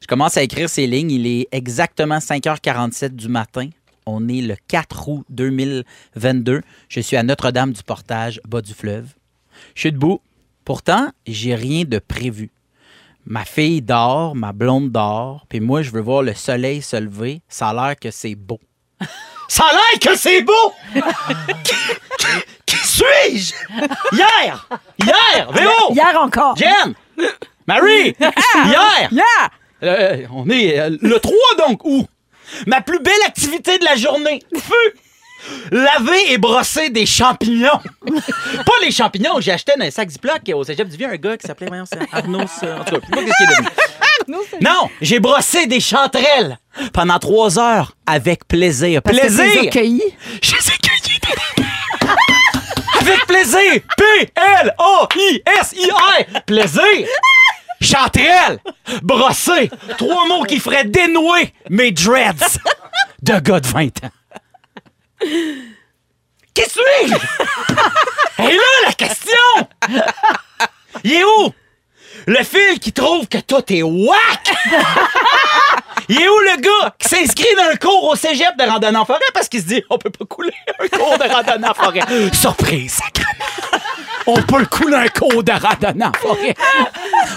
Je commence à écrire ces lignes. Il est exactement 5h47 du matin. On est le 4 août 2022. Je suis à Notre-Dame du Portage, bas du fleuve. Je suis debout. Pourtant, j'ai rien de prévu. Ma fille dort, ma blonde dort, puis moi, je veux voir le soleil se lever. Ça a l'air que c'est beau. Ça a l'air que c'est beau! Qui, qui- qui suis-je? Hier! Hier! Véro!
Hier encore.
Jen! Marie!
Ah,
Hier! Euh, on est euh, le 3 donc, où? Ma plus belle activité de la journée. Feu! Laver et brosser des champignons. pas les champignons que j'ai achetés dans un sac Ziploc au cégep du Vieux, un gars qui s'appelait voyons, c'est Arnaud. ça, En tout cas, je sais pas qu'est-ce qu'il est devenu. Non, j'ai brossé des chanterelles pendant trois heures avec plaisir.
Parce que t'es
plaisir!
accueilli.
Je les ai cueillies des- Avec plaisir! P-L-O-I-S-I-R! Plaisir! Chanterelle! Brosser! Trois mots qui feraient dénouer mes dreads de gars de 20 ans. Qui suis-je? Et là, la question! Il est où? Le fil qui trouve que tout est whack! Il est où le gars qui s'inscrit dans un cours au cégep de randonnée en forêt parce qu'il se dit on peut pas couler un cours de randonnée en forêt. Surprise, sacrément. On peut couler un cours de randonnée en forêt.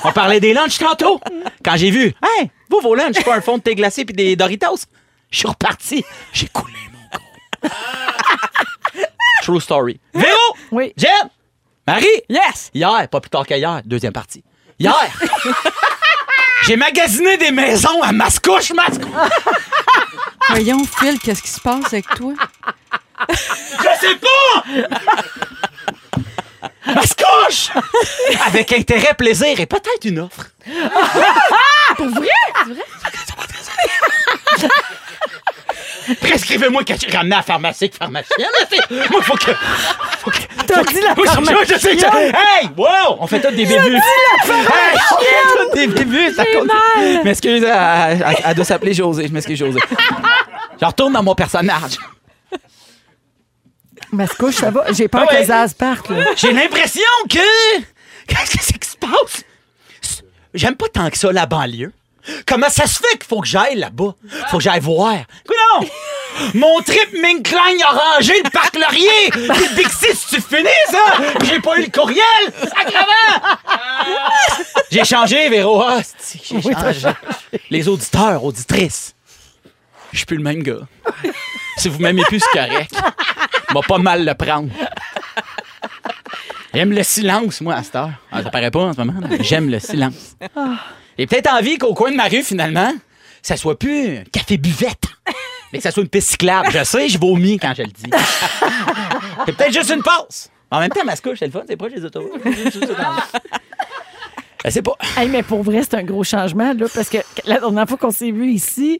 On parlait des lunchs tantôt. Quand j'ai vu, hey, vous vos lunchs, pas un fond de thé glacé puis des Doritos. Je suis reparti, j'ai coulé mon cours. True story. Véro,
Oui.
Jen, Marie,
Yes!
Hier, pas plus tard qu'hier, deuxième partie. Hier! J'ai magasiné des maisons à Mascouche, Mascouche.
Voyons, Phil, qu'est-ce qui se passe avec toi?
Je sais pas! Mascouche! Avec intérêt, plaisir et peut-être une offre.
Ah!
Pour vrai? Prescrivez-moi que j'ai ramené à la pharmacie que pharmacienne. C'est- Moi, faut que. Faut que
T'as dit la
oui, je- je- je sais que- Hey! Wow! On fait tous des débuts. Hey! Tous des débuts, ça compte. Je M'excuse, elle, elle- elle doit s'appeler Josée. Je m'excuse, Josée. Je retourne dans mon personnage.
Mascouche, ça va? J'ai peur
Ah ouais.
que Zaz parte, là.
J'ai l'impression que. Qu'est-ce que c'est qui se passe? C'est- J'aime pas tant que ça la banlieue. Comment ça se fait qu'il faut que j'aille là-bas? Faut que j'aille voir. Non! Mon trip Minkline orangé, le parc Laurier! Le Bixi, si tu finis, ça! J'ai pas eu le courriel! Sacrement! J'ai changé, Véro. Ah, c'est-tu que J'ai changé. Les auditeurs, auditrices. Je suis plus le même gars. Si vous m'aimez plus, c'est correct. M'a pas mal le prendre. J'aime le silence, moi, à cette heure. Ah, ça paraît pas en ce moment, mais j'aime le silence. J'ai peut-être envie qu'au coin de ma rue, finalement, ça soit plus un café buvette, mais que ça soit une piste cyclable. Je sais, je vomis quand je le dis. C'est peut-être juste une pause. En même temps, Mascouche, c'est le fun, c'est proche des autoroutes. Je sais Ben, pas.
Hey, mais pour vrai, c'est un gros changement, là, parce que la dernière fois qu'on s'est vu ici,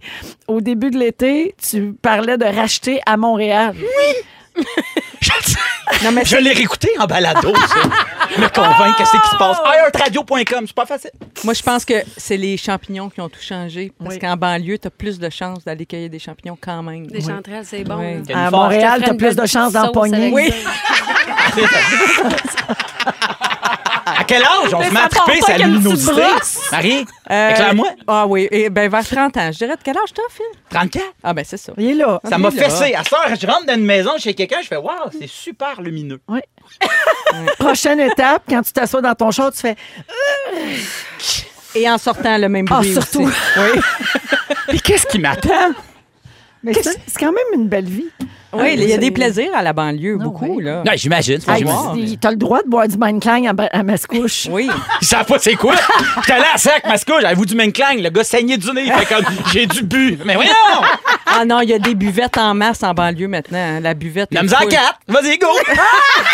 au début de l'été, tu parlais de racheter à Montréal.
Mmh. Je, le sais. je l'ai réécouté en balado, ça. Me convaincre que c'est qui se passe. iHeartRadio.com, c'est pas facile.
Moi, je pense que c'est les champignons qui ont tout changé. Parce qu'en banlieue, t'as plus de chances d'aller cueillir des champignons quand même.
Des chanterelles, c'est bon.
À
là.
Ouais.
Une force.
Je te
Montréal,
ferai
t'as
une
plus
belle
de chances
petite
d'empoigner.
sauce avec
Oui.
ça.
Ah! À quel âge on se met à
ça part
triper
pas
sa
comme tu
luminosité?
brosses.
Marie,
Euh,
éclaire-moi.
Ah oui, et ben vers 30 ans. Je dirais de quel âge t'as, Phil?
34.
Ah ben c'est ça.
Il est là.
Ça m'a
Oui, là.
fessé. À ça, je rentre dans une maison chez quelqu'un, je fais Waouh, c'est super lumineux.
Prochaine étape, quand tu t'assois dans ton char, tu fais
Et en sortant, le même
Ah,
bruit
surtout.
aussi.
Puis qu'est-ce qui m'attend?
Mais ça, c'est quand même une belle vie.
Oui, Ah, il y a des plaisirs à la banlieue, beaucoup,
oui.
là.
Non, j'imagine. faut que
Hey,
j'imagine.
tu- T'as le droit de boire du Mein Klein à, ma- à Mascouche.
Oui.
Ils savent pas c'est quoi. J'étais allé à sac, masca, j'avais vous du Manclang, le gars saignait du nez. Il fait comme j'ai du bu. Mais voyons!
Ah non, il y a des buvettes en masse en banlieue maintenant. hein. La buvette.
La
est
mise en
full.
quatre. Vas-y, go!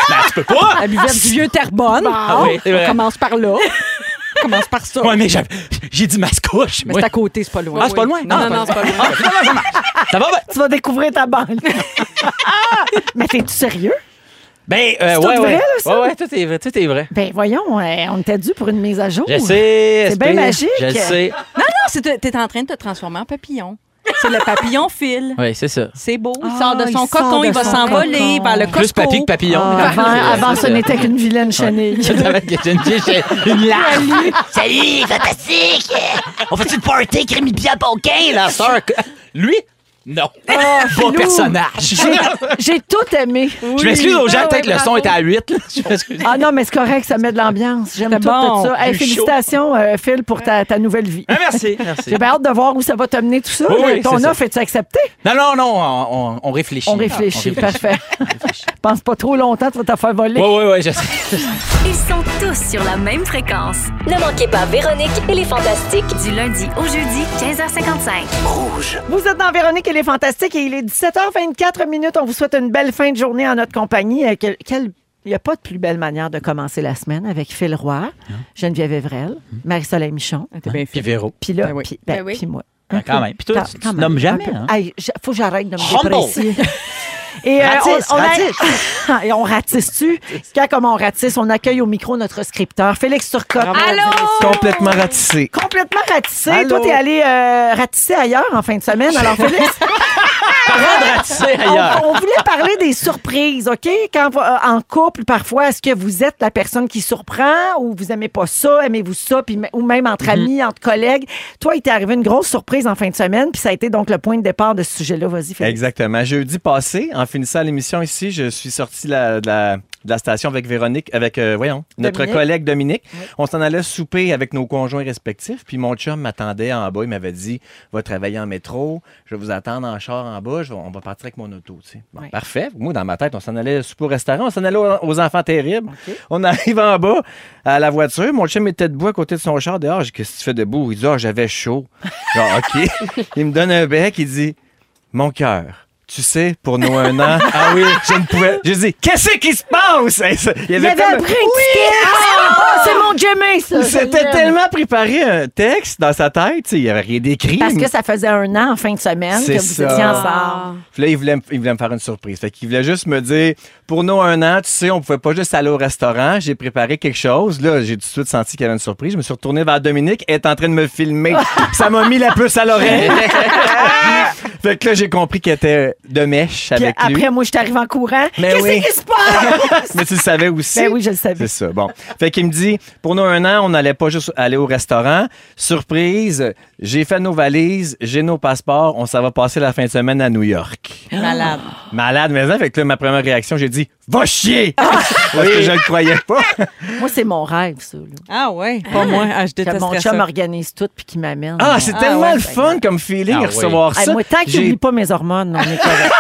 Ben, tu peux pas!
La buvette du vieux Terrebonne.
Ah oui, c'est vrai.
On commence par là. On commence par ça.
Ouais, mais j'avais- j'ai dit mascouche.
Mais c'est à côté, c'est pas loin.
Ah, c'est pas loin?
Non, non, non, c'est pas loin.
Ah, finalement, ça marche. Ça va bien?
Tu vas découvrir ta banlieue. Mais t'es-tu sérieux?
Ben, euh,
tout
ouais,
vrai,
ouais.
là, ça?
Ouais, ouais, tout est vrai. Tout est vrai.
Ben voyons, euh, on était dû pour une mise à jour.
Je sais.
C'est bien
SP,
magique.
Je sais.
Non, non, c'est- t'es t'es en train de te transformer en papillon. C'est le papillon Phil.
Oui, c'est ça.
C'est beau. Il
Ah,
sort de
il
son
sort
cocon,
de
il va
son
s'envoler
cocon.
vers le Costco.
Plus papy que papillon.
Ah, avant, avant, ce n'était qu'une vilaine chenille.
Tout avec que j'ai une fiche, j'ai une larme. Salut, fantastique! On fait-tu le party, Crémi Pia Bonquin, là, sœur? Lui? Non. Ah, Pas
Philou.
personnage.
J'ai tout aimé.
Je m'excuse aux gens,
Ah,
peut-être
ouais,
le son
bravo.
était à 8. là. Je m'excuse.
Ah non, mais c'est correct, ça met de l'ambiance. J'aime
C'était
tout,
bon,
tout ça. Hey,
plus
félicitations, euh, Phil, pour ta, ta nouvelle vie.
Ah, merci, merci.
J'ai bien hâte de voir où ça va t'amener tout ça.
Oui,
là.
oui,
Ton
c'est ça.
offre, est-tu acceptée?
Non, non, non, on, on- on réfléchit.
On réfléchit, parfait. Pense pas trop longtemps, tu vas te faire voler.
Oui, oui, oui, je sais.
Ils sont tous sur la même fréquence.
Ne manquez pas Véronique et les Fantastiques.
Du lundi au jeudi, 15h55.
Vous êtes dans Véronique et les Fantastiques et il est 17h24 minutes. On vous souhaite une belle fin de journée en notre compagnie. Euh, quel- quel- Il n'y a pas de plus belle manière de commencer la semaine avec Phil Roy, Geneviève Evrel,
Hum.
Marie-Soleil Michon,
Ah, T'es bien
Puis
Phil.
Véro.
puis là,
Ben oui.
puis ben,
Ben oui.
puis moi.
Ben, quand même. Puis toi, tu- tu
Quand
te
même,
nommes jamais,
un peu.
hein?
Hey, j- faut que j'arrête de me
Humble.
déprécier. Et, euh,
Ratisse,
on, on a-
ratisse.
et on ratisse-tu? Quand comme on ratisse, on accueille au micro notre scripteur, Félix Turcotte.
Ah,
Allô?
Complètement ratissé.
Complètement ratissé.
Allô?
Toi, t'es allé euh, ratisser ailleurs en fin de semaine. Alors, Félix,
Parents de ratisser ailleurs.
on, on voulait parler des surprises, OK? Quand euh, en couple, parfois, est-ce que vous êtes la personne qui surprend ou vous aimez pas ça, aimez-vous ça, puis m- ou même entre amis, entre collègues. Toi, il t'est arrivé une grosse surprise en fin de semaine, puis ça a été donc le point de départ de ce sujet-là. Vas-y, Félix.
Exactement. Jeudi passé, en finissant l'émission ici, je suis sorti la- de la, de la station avec Véronique, avec, euh, voyons, notre
Dominique.
collègue Dominique. On s'en allait souper avec nos conjoints respectifs. Puis mon chum m'attendait en bas. Il m'avait dit Va travailler en métro, je vais vous attendre en char en bas, je vais- on va partir avec mon auto. tu sais. Bon, Parfait. Moi, dans ma tête, on s'en allait souper au restaurant, on s'en allait aux, aux enfants terribles. On arrive en bas à la voiture. Mon chum était debout à côté de son char dehors. J'ai dit Qu'est-ce que tu fais debout Il dit Ah, j'avais chaud. Genre, Ah, OK. il me donne un bec, il dit mon cœur. Tu sais, pour nous un an. ah oui, je ne pouvais. Je dis, qu'est-ce qui se passe? Hey, ça- Il y
Il avait
comme-
appris un ticket. Ah, c'est mon Jimmy, ça.
Il
Je
s'était
l'aime.
tellement préparé un texte dans sa tête, tu sais, il avait rien décrit.
Parce
mais-
que ça faisait un an en fin de semaine que
C'est
vous
ça.
étiez
Ah.
ensemble.
Puis là, il voulait, me- il voulait me faire une surprise. Fait qu'il voulait juste me dire, pour nous un an, tu sais, on pouvait pas juste aller au restaurant, j'ai préparé quelque chose. Là, j'ai tout de suite senti qu'il y avait une surprise. Je me suis retourné vers Dominique, elle est en train de me filmer. ça m'a mis la puce à l'oreille. fait que là, j'ai compris qu'elle était de mèche
Puis
avec
après,
lui.
moi, je suis arrivée en courant.
Mais
Qu'est-ce
oui.
qui se passe?
Mais tu le savais aussi.
Ben oui, je le savais.
C'est ça. Bon. Fait qu'il me dit, pour nous un an, on n'allait pas juste aller au restaurant. Surprise, j'ai fait nos valises, j'ai nos passeports, on s'en va passer la fin de semaine à New York.
Malade.
Malade, mais ça, fait que là, ma première réaction, j'ai dit, va chier! Parce que je le croyais pas.
Moi, c'est mon rêve, ça. là.
Ah ouais, pas moi. Ah, je
Que mon
détesterais
chum
ça.
organise tout puis qu'il m'amène.
Ah, c'est tellement
ouais,
le fun comme feeling,
Ah oui.
recevoir
Hey,
ça.
moi, tant que
J'ai-
j'oublie pas mes hormones, on est correct.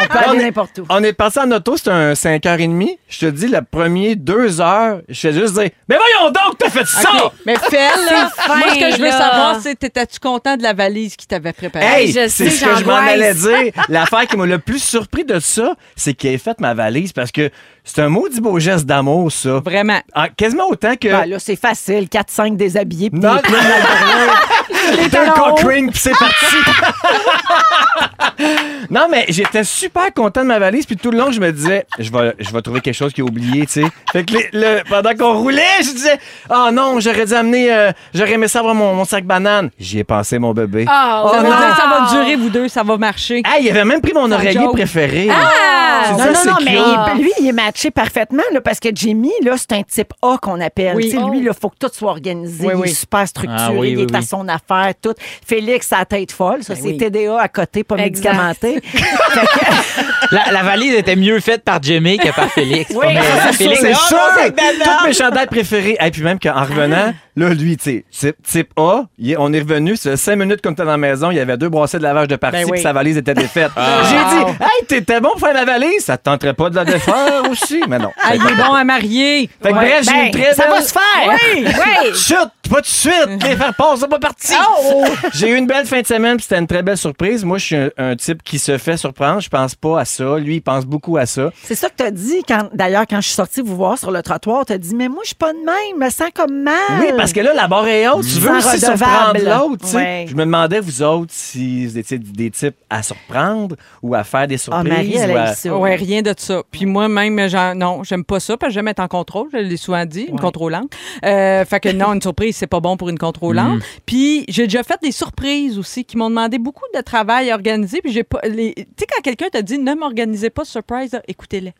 on peut
On
aller
est-
n'importe où.
On est parti en auto, c'était un 5h30. Je te dis, la première deux heures, je fais juste dire, mais voyons donc, t'as fait ça!
OK, Mais Fel, là,
fin,
moi, ce que je veux
là.
savoir, c'est t'étais-tu content de la valise qui t'avait préparée?
Hey,
je sais,
c'est ce que je m'en
j'angoisse.
allais dire. L'affaire qui m'a le plus surpris de ça, c'est qu'elle ait fait ma valise parce que c'est un maudit beau geste d'amour, ça.
Vraiment.
Ah, quasiment autant que.
Ben, là, c'est facile. 4-5 déshabillés. puis-
non, non, non,
talons
non.
hauts.
cock ring, puis c'est parti. non, mais j'étais super content de ma valise, puis tout le long, je me disais, je vais, je vais trouver quelque chose qui est oublié, tu sais. Fait que les- le- pendant qu'on roulait, je disais, ah non, j'aurais dû amener, euh, j'aurais aimé ça avoir mon, mon sac banane. J'y ai pensé, mon bébé.
Ah,
Ça
wow.
veut dire que ça va durer, vous deux, ça va marcher.
Ah, il avait même pris mon
Sans
oreiller
joke.
préféré.
Non,
Tu
non,
sais,
non,
c'est
mais
cute.
il- lui, il est matché parfaitement là, parce que Jimmy, là, c'est un type A qu'on appelle.
Oui.
Tu sais, Lui, il faut que tout soit organisé.
Oui,
il
oui.
est super structuré.
Ah oui,
il
oui,
est à
oui.
son affaire. Tout. Félix, a la tête folle. Ça, c'est TDA à côté, pas
Exact.
médicamenté.
La, la valise était mieux faite par Jimmy que par Félix.
Oui,
Pas mal.
ça, c'est
Félix,
C'est
oh,
sûr!
mon sac banane!
Toutes mes chandelles préférées. Et puis même qu'en revenant, là, lui, tu sais, type, type A, il est- on est revenu, c'est cinq minutes comme t'es dans la maison, il y avait deux brassées de lavage de parti,
Ben oui.
puis sa valise était défaite. J'ai dit, hey, t'étais bon pour faire ma valise, ça te tenterait pas de la défaire aussi? Mais non.
Ah, il est bon à marier.
Fait que bref, j'ai une très
ça
belle-
va se faire.
Chut, pas tout de suite, les faire passer, c'est pas parti. J'ai eu une belle fin de semaine, puis c'était une très belle surprise. Moi, je suis un, un type qui se fait surprendre. Je pense pas à ça. Lui, il pense beaucoup à ça.
C'est ça que t'as dit quand d'ailleurs quand je suis sortie vous voir sur le trottoir, t'as dit mais moi je suis pas de même, je me sens comme mal.
Oui, parce que là, la barre est haute. Tu veux
Sans
aussi surprendre
redevable.
l'autre. tu sais.
Ouais.
Je me demandais, vous autres, si vous étiez des types à surprendre ou à faire des
Ah,
surprises.
Marie, elle
ou
a
à-
eu ça.
Ouais, rien de ça. Puis moi, même, genre, non, j'aime pas ça parce que j'aime être en contrôle. Je l'ai souvent dit, une contrôlante. Euh, fait que non, une surprise, c'est pas bon pour une contrôlante. Puis j'ai déjà fait des surprises aussi qui m'ont demandé beaucoup de travail organisé. Puis j'ai pas. les- Tu sais, quand quelqu'un t'a dit ne m'organisez pas de surprise, là, écoutez-les.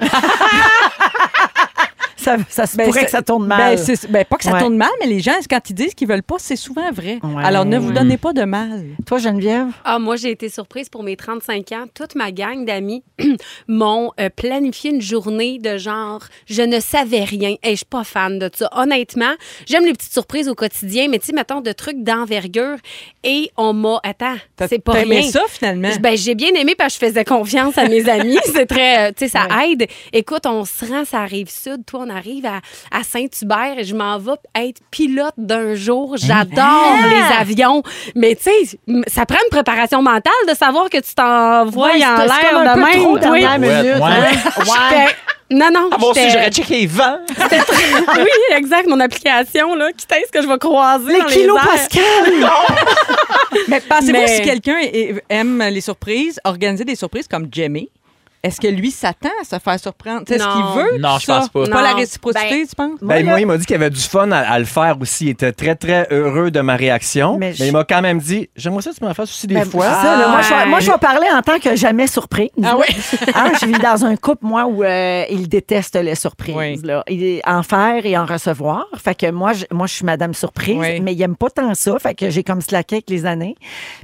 Ça, ça se
Ben,
pourrait
c'est-
que ça tourne mal.
Ben, c'est- ben, pas que ça
Ouais.
tourne mal, mais les gens, quand ils disent qu'ils veulent pas, c'est souvent vrai.
Ouais.
Alors ne vous donnez pas de mal.
Toi Geneviève,
Ah, moi, j'ai été surprise pour mes 35 ans. Toute ma gang d'amis m'ont euh, planifié une journée de genre, je ne savais rien. Et je suis pas fan de ça. Honnêtement, j'aime les petites surprises au quotidien, mais tu sais, mettons, de trucs d'envergure. Et on m'a. Attends,
T'as-
c'est pas
t'aimais
rien.
ça finalement.
Ben, j'ai bien aimé parce que je faisais confiance à mes amis. C'est très, euh, tu sais, ça aide. Écoute, on se rend, ça arrive sud. Toi, on arrive à, à Saint-Hubert et je m'en vais être pilote d'un
Hein?
jour. J'adore
Ah!
les avions. Mais tu sais, m- ça prend une préparation mentale de savoir que tu t'envoies
Ouais,
en
c'est- c'est comme
l'air
un
de
peu
même.
trop
oui.
dernière
Ouais, Ben,
minute,
ouais.
hein?
J'étais- Non, non.
Ah, Moi aussi,
j'étais-
j'aurais checké les vents.
oui, exact, mon application, là, qui est-ce que je vais croiser dans
Les kilos
airs.
Pascal!
Mais pensez-vous
Mais-
si quelqu'un é- aime les surprises, organiser des surprises comme Jimmy, est-ce que lui s'attend à se faire surprendre? C'est ce
Non.
qu'il veut?
Non, je
ça?
pense pas.
Pas la
Non.
réciprocité, tu penses?
Ben, moi, il m'a dit qu'il avait du fun à, à le faire aussi. Il était très, très heureux de ma réaction.
Mais
Mais,
je-
il m'a quand même dit J'aimerais ça que tu m'en fasses aussi des
Ben,
fois.
c'est ça, là, moi, je, vais-
Ouais.
moi, je vais parler en tant que jamais surprise. Ah oui? je vis dans un couple, moi, où euh, ils détestent les surprises.
Oui.
là. Ils- en faire et en recevoir. Fait que moi, je, moi, je suis madame surprise,
Oui.
mais ils n'aiment pas tant ça. Fait que j'ai comme slacké avec les années.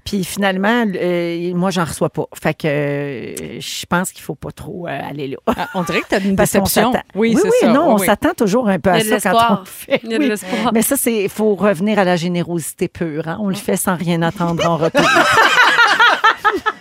Puis finalement, euh, moi, j'en reçois pas. Fait que euh, je pense qu'il faut pas trop euh, aller là.
Ah, on dirait que tu as une
Parce qu'on
déception.
s'attend.
Oui,
oui,
c'est ça.
non,
Oui,
on
oui.
s'attend toujours un peu
Il
à
y a de
ça quand
l'espoir.
on fait.
Il y a de
oui.
l'espoir.
Mais ça, c'est faut revenir à la générosité pure. hein. On le fait sans rien attendre en retour.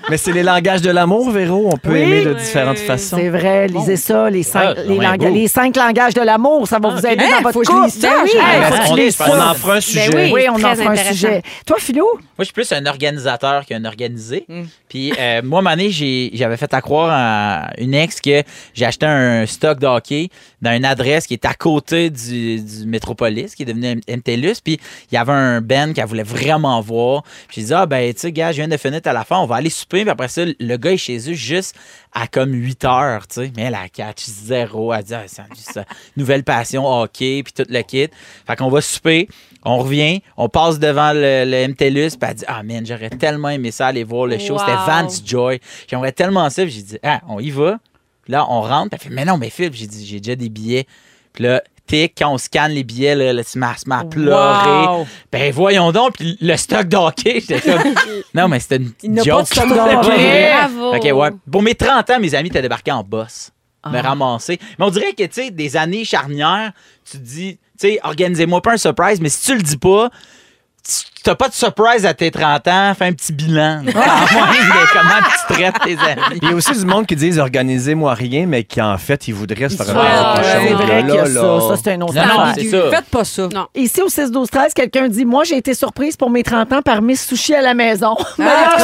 Mais c'est les langages de l'amour, Véro. On peut
Oui.
aimer de
Oui.
différentes façons.
C'est vrai, lisez ça, les cinq,
Ah,
les,
ouais,
langages-
beau.
les cinq langages de l'amour. Ça va vous aider
Hey,
dans votre
faut que je
couple.
lise ça,
Ben oui,
j'ai-
hey,
Ben,
faut que
on-
tu lises
on en
ça.
fera un sujet.
oui.
Ben Oui, on en
Très
fera un
intéressant.
sujet. Toi, Philo?
Moi, je suis plus un organisateur qu'un organisé. Puis, euh, moi, à un moment donné, j'ai- j'avais fait accroire à une ex que j'ai acheté un stock de hockey dans une adresse qui est à côté du, du Métropolis, qui est devenu M- MTLUS. Puis, il y avait un band qu'elle voulait vraiment voir. Puis, j'ai dit, ah, ben, tu sais, gars, je viens de finir à la fin, on va aller souper. Puis après ça, le gars est chez eux juste à comme 8 heures, tu sais. Mais elle, elle catch zéro. Elle dit, ah, c'est juste, euh, nouvelle passion, hockey, puis tout le kit. Fait qu'on va souper. On revient, on passe devant le, le MTLUS, puis elle dit Ah, man, j'aurais tellement aimé ça aller voir le show.
Wow.
C'était Vance Joy. J'aimerais tellement ça. Puis j'ai dit Ah, on y va. Puis là, on rentre. Puis elle fait Mais non, mais Phil, j'ai dit J'ai déjà des billets. Puis là, tic, quand on scanne les billets, là, là, tu m'as tu m'as pleuré.
Wow.
Ben voyons donc, puis le stock d'hockey, j'étais comme Non, mais c'était une
Il n'a pas de
joke.
stock
C'était
d'hockey.
pas vrai.
Bravo.
Ok, ouais. Pour mes 30 ans, mes amis étaient débarqués en boss.
Ah.
Me ramasser. Mais on dirait que, tu sais, des années charnières, tu te dis, tu sais, organisez-moi pas un surprise, mais si tu le dis pas, tu- t'as pas de surprise à tes 30 ans, fais un petit bilan. quand même, de comment tu traites tes amis.
Il y a aussi du monde qui disent organisez-moi rien, mais qui en fait, ils voudraient se faire
Ouais,
organiser
Ah, c'est
quelque chose.
vrai
Ah, Là,
qu'il y a
là.
ça. Ça, c'est un autre
Non, non,
affaire.
c'est ça.
Faites pas ça.
Non.
Ici, au 6-12-13, quelqu'un dit Moi, j'ai été surprise pour mes 30 ans par Miss Sushi à la maison. Meilleure
Ah,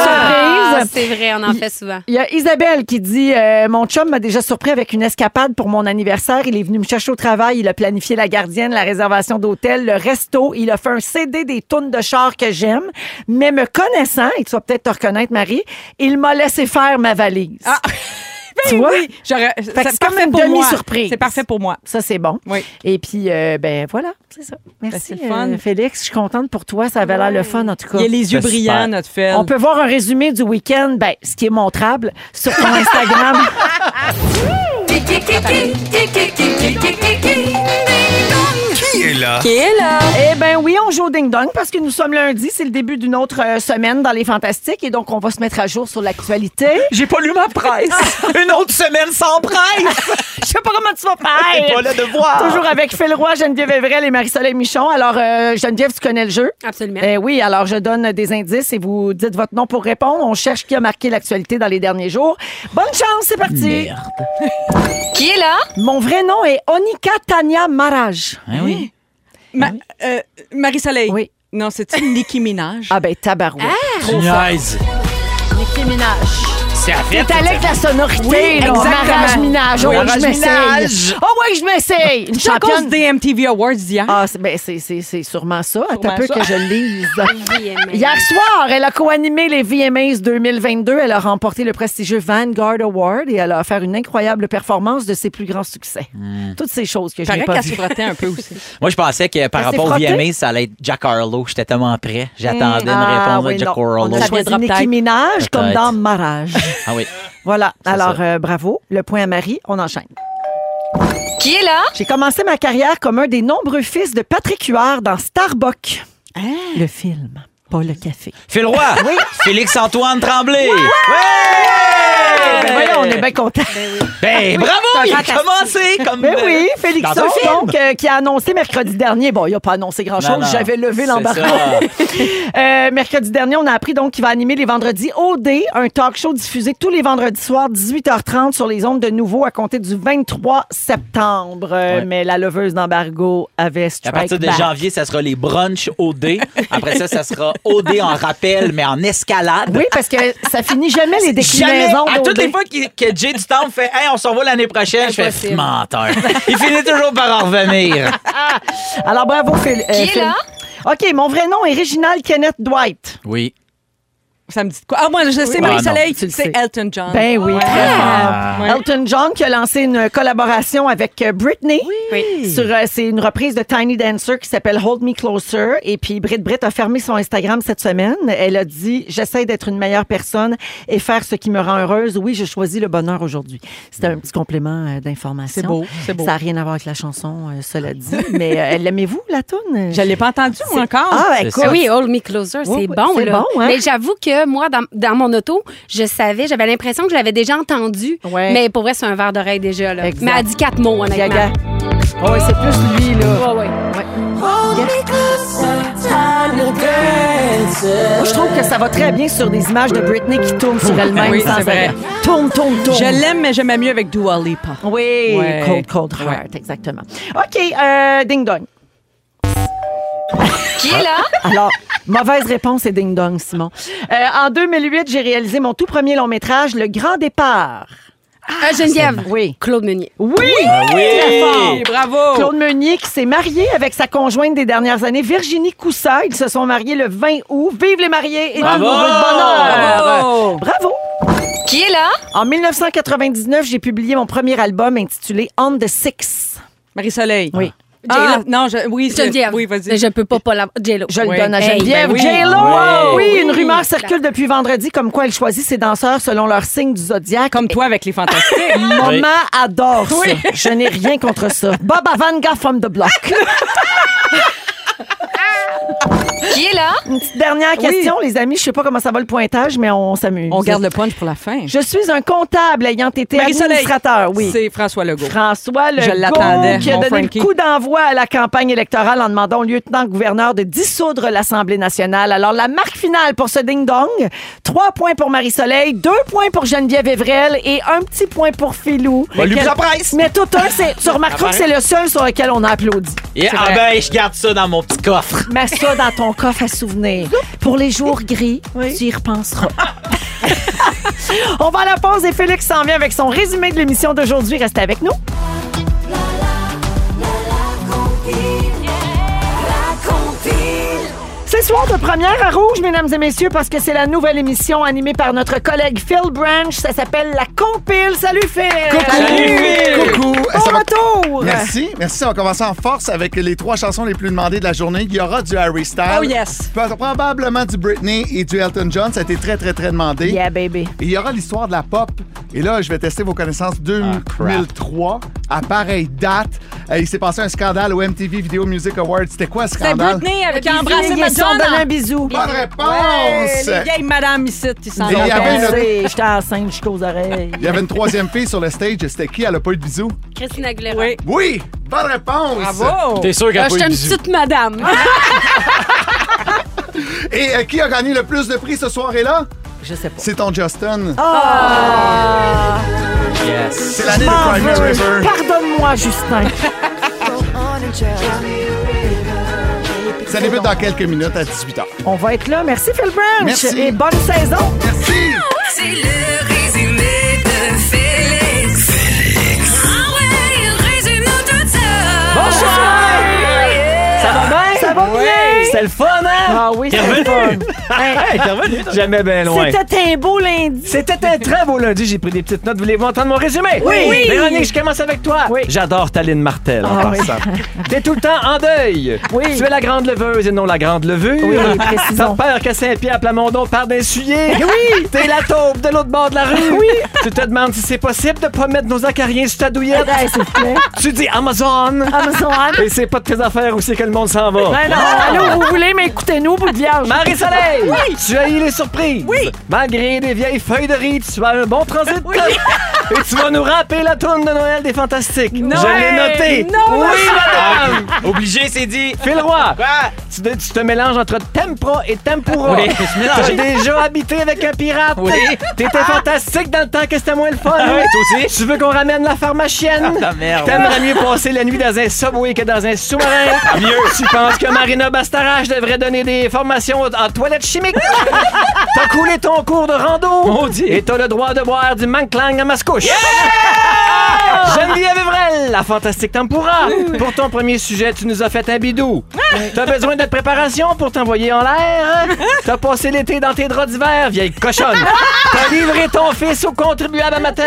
surprise.
c'est vrai, on en fait souvent.
Il y a Isabelle qui dit euh, Mon chum m'a déjà surpris avec une escapade pour mon anniversaire. Il est venu me chercher au travail. Il a planifié la gardienne, la réservation d'hôtel, le resto. Il a fait un CD des tunes de char que j'aime. Mais me connaissant, et tu vas peut-être te reconnaître, Marie, il m'a laissé faire ma valise.
Ah.
tu vois
J'aurais-
que
c'est
c'est comme
parfait
une
pour moi.
demi-surprise.
C'est parfait pour moi.
Ça, c'est bon.
Oui.
Et puis, euh, ben voilà, c'est ça. Merci,
c'est le fun.
euh, Félix. Je suis contente pour toi. Ça avait l'air le fun, en tout cas.
Il a les yeux
C'est
brillants,
super.
notre Fel.
On peut voir un résumé du week-end, ben, ce qui est montrable, sur ton Instagram.
Qui est là?
Eh ben oui, on joue au ding-dong parce que nous sommes lundi. C'est le début d'une autre euh, semaine dans les Fantastiques. Et donc, on va se mettre à jour sur l'actualité.
J'ai pas lu ma presse. Une autre semaine sans presse.
Je sais pas comment tu vas
T'es
faire.
pas là de voir.
Toujours avec Phil Roy, Geneviève Evrel et Marie-Soleil Michon. Alors, euh, Geneviève, tu connais le jeu?
Absolument.
Eh oui, alors je donne des indices et vous dites votre nom pour répondre. On cherche qui a marqué l'actualité dans les derniers jours. Bonne chance, c'est parti.
Qui est là?
Mon vrai nom est Onika Tania Maraj.
Hein, oui.
Ma- euh, Marie-Soleil.
Oui.
Non, c'est-tu Nicki Minaj?
Ah ben tabarouette.
Tu niaises.
Nicki Minaj.
C'est à fait.
T'es allé avec la sonorité,
Oui,
là.
exactement.
Maraj Minaj. Oh,
Oui.
oui,
Maraj
je m'essaye.
Minaj.
Oh oui, je m'essaye. Une
C'est à cause
championne.
des MTV Awards d'hier.
Ah, c'est- ben, c'est- c'est c'est sûrement ça. Attends un
Sûrement
peu
ça.
que je lise.
VMA.
Hier soir, elle a co-animé les VMAs 2022. Elle a remporté le prestigieux Vanguard Award et elle a offert une incroyable performance de ses plus grands succès. Toutes ces choses que je
Paraît
n'ai
qu'elle
pas
se
vues.
frottait un peu aussi.
Moi, je pensais que par
Ça s'est
rapport au
frotté?
VMA, ça allait être Jack Harlow. J'étais tellement prêt. J'attendais une
Ah,
réponse
oui,
de Jack
non. On
Harlow.
a choisi
viendra
Nicki
peut-être.
Minaj comme
Peut-être.
dans Marage.
Ah oui.
voilà. Alors,
ça.
euh, bravo. Le point à Marie. On enchaîne.
Qui est là?
J'ai commencé ma carrière comme un des nombreux fils de Patrick Huard dans Starbucks. Le film, pas le café.
Phil Roy. Félix-Antoine Tremblay.
Eh
Ouais!
ben voilà, on est bien contents. Ah
Ben, bravo, il a commencé comme.
Mais Ben oui,
euh,
Félix
dans un film.
donc, euh, qui a annoncé mercredi dernier. Bon, il n'a pas annoncé
Non,
grand-chose.
non.
J'avais levé
C'est
l'embargo.
ça.
Euh, mercredi dernier, on a appris donc qu'il va animer les vendredis OD, un talk show diffusé tous les vendredis soirs, 18h30, sur les ondes de nouveau à compter du 23 septembre. Euh,
Ouais.
Mais la leveuse d'embargo avait
À
strike
partir de
back.
janvier, ça sera les brunchs OD. Après ça, ça sera OD en rappel, mais en escalade.
Oui, parce que ça finit jamais les
Jamais,
déclinaisons
à toutes
d'OD.
les fois qu'il- que Jay du temps fait Hey, on se revoit l'année prochaine, je fais
Impossible.
menteur. Il finit toujours par en revenir.
Alors, bravo, Phil. euh,
Qui est
Phil.
là?
OK, mon vrai nom est Réginald Kenneth Dwight.
Oui.
Ça me dit de quoi? Ah, moi, je sais, Marie-Soleil,
tu le sais.
c'est Elton John.
Ben oui, très
Ah.
fort. Elton John qui a lancé une collaboration avec euh, Britney. Sur, euh, c'est une reprise de Tiny Dancer qui s'appelle Hold Me Closer. Et puis Brit Brit a fermé son Instagram cette semaine. Elle a dit J'essaie d'être une meilleure personne et faire ce qui me rend heureuse. Oui, je choisis le bonheur aujourd'hui. C'était un petit complément euh, d'information.
C'est beau, c'est beau.
Ça n'a rien à voir avec la chanson, euh, cela dit. Mais euh, l'aimez-vous, la toune?
Je l'ai pas entendu, moi, encore.
Ah,
C'est
écoute.
ça.
Ah oui, Hold Me Closer, c'est
Oui, oui,
bon.
c'est
là.
bon, hein?
Mais j'avoue que que moi, dans, dans mon auto, je savais, j'avais l'impression que je l'avais déjà entendu.
Ouais.
Mais pour vrai, c'est un verre d'oreille déjà. Là.
Exact.
Mais elle dit quatre mots, honnêtement.
Gaga. Ah ouais, c'est plus lui, là.
Ouais, ouais.
Moi, je trouve que ça va très bien sur des images de Britney qui tournent sur elle-même
Oui,
sans
c'est vrai.
arrêt. Tourne, tourne, tourne.
Je l'aime, mais j'aimais mieux avec Dua Lipa.
Oui,
Ouais.
cold, cold heart, exactement. OK, euh, ding dong.
Qui est là?
Alors, mauvaise réponse et ding dong, Simon. Euh, en 2008, j'ai réalisé mon tout premier long métrage, Le Grand Départ.
Euh, Geneviève.
Oui.
Claude Meunier.
Oui,
oui!
très fort.
bravo!
Claude Meunier qui s'est marié avec sa conjointe des dernières années, Virginie Coussa. Ils se sont mariés le 20 août. Vive les mariés et
Bravo!
tout bonheur!
Bravo!
Bravo!
Qui est là?
En 1999, j'ai publié mon premier album intitulé On the Six.
Marie-Soleil.
Oui.
Ah, non, je, oui, c'est-
Geneviève.
Oui,
Mais
vas-y.
Je peux pas pas la... J-Lo.
Je
Oui.
le donne à
Hey,
Geneviève.
ben oui.
J.Lo!
Oui.
Oui, une
Oui.
rumeur circule depuis vendredi comme quoi elle choisit ses danseurs selon leur signe du zodiaque.
Comme toi avec les fantastiques.
Maman adore ça. Je n'ai rien contre ça. Bob Avanga from the block.
ben, Qui est là?
Une petite dernière question, les amis. Je sais pas comment ça va le pointage, mais on s'amuse.
On garde le punch pour la fin.
Je suis un comptable ayant été
Marie-Soleil.
administrateur, oui.
C'est François Legault.
François
Je l'attendais,
Legault qui a
mon
donné
Frankie.
le coup d'envoi à la campagne électorale en demandant au lieutenant-gouverneur de dissoudre l'Assemblée nationale. Alors, la marque finale pour ce ding-dong, trois points pour Marie-Soleil, deux points pour Geneviève Evrel et un petit point pour Philou.
Bon, lui,
Quel-
ça presse. Ah, ben.
Mais tout un, c'est- tu remarqueras que c'est le seul sur lequel on a applaudi.
Yeah, ah ben, je garde ça dans mon petit coffre.
Mets ça dans ton coffre à souvenirs. Pour les jours gris, tu y repenseras. On va à la pause et Félix s'en vient avec son résumé de l'émission d'aujourd'hui. Restez avec nous. C'est soir de première à Rouge, mesdames et messieurs, parce que c'est la nouvelle émission animée par notre collègue Phil Branch. Ça s'appelle La Compile. Salut Phil!
Salut, Phil!
Coucou!
Bon
Ça va-
retour!
Merci, merci. On commence en force avec les trois chansons les plus demandées de la journée. Il y aura du Harry Styles.
Oh, yes.
Pro- Probablement du Britney et du Elton John. Ça a été très, très, très demandé.
Yeah, baby.
Et il y aura l'histoire de la pop. Et là, je vais tester vos
Ah,
connaissances. 2003, à pareille date, euh, il s'est passé un scandale au MTV Video Music Awards. C'était quoi le
C'est
scandale?
Britney avec qui a embrassé
Ils se sont donné un
Madonna.
bisou.
Bonne
Ouais,
réponse!
les vieilles madame ici qui s'en
Il y
vont.
avait une-
Pensez, J'étais enceinte jusqu'aux oreilles.
il y avait une troisième fille sur le stage. C'était qui? Elle a pas eu de bisous?
Christine Aguilera.
Oui.
Oui! Bonne réponse!
Bravo!
T'es sûr qu'elle
Ah,
a
je
pas eu
suis
de
une
bisous.
petite madame.
Et euh, qui a gagné le plus de prix ce soir-là?
Je sais pas. Ah,
C'est ton Justin.
Yes.
C'est l'année de
M'en
Crimea
veux.
River.
Pardonne-moi, Justin.
Ça débute dans quelques minutes à 18h.
On va être là. Merci, Phil Branch.
Merci.
Et bonne saison.
Merci!
C'est le résumé de Félix. Félix. Ah ouais, il résume tout ça.
Ça va bien?
Ça va bien?
C'était le fun, hein?
Ah oui,
T'es
c'est le
revenu.
fun.
Hey, t'es revenu.
Jamais bien loin.
C'était un beau lundi.
C'était un très beau lundi, j'ai pris des petites notes. Voulez-vous entendre mon résumé?
Oui. Oui.
Véronique, je commence avec toi.
Oui.
J'adore Taline Martel. en
Ah oui.
passant. T'es tout le temps en deuil.
Oui.
Tu es la grande leveuse et non la grande levure.
Oui, précisons.
T'as peur que Saint-Pierre Plamondon parle d'un souillé.
Eh
Oui. T'es la taupe de l'autre bord de la rue. Oui. Tu te demandes si c'est possible de pas mettre nos acariens sur ta douillette.
Hey, s'il vous plaît.
tu dis Amazon.
Eh ben, Amazon Anne.
Et c'est pas de tes affaires où c'est que le monde s'en va.
Ben non, allez où vous voulez, mais écoutez-nous, bout de vierge.
Marie-Soleil! Tu as eu les surprises! Oui! Malgré des vieilles feuilles de riz, tu as un bon transit! Et tu vas nous rappeler la tourne de Noël des Fantastiques! Je l'ai noté!
Non,
oui, madame!
Obligé, c'est dit.
Phil Roy,
Ah,
tu, te- tu te mélanges entre tempra et
Oh.
tempura.
Oui, je suis
T'as
mélangé.
déjà habité avec un pirate.
Oui. Ah.
T'étais fantastique dans le temps que c'était moins le fun.
oui, toi aussi. Ah,
Tu veux qu'on ramène la pharmacienne?
ta merde.
T'aimerais mieux passer la nuit dans un subway que dans un sous-marin.
Ah,
mieux. Tu penses que Marina Bastarache devrait donner des formations en toilette chimique? t'as coulé ton cours de rando.
Maudit.
Et t'as le droit de boire du Manclang à Mascouche. Geneviève Evrel, la fantastique tempura. Pour ton premier sujet, tu nous as fait un bidou. T'as besoin de préparation pour t'envoyer en l'air. hein? T'as passé l'été dans tes draps d'hiver, vieille cochonne. T'as livré ton fils au contribuable à matin.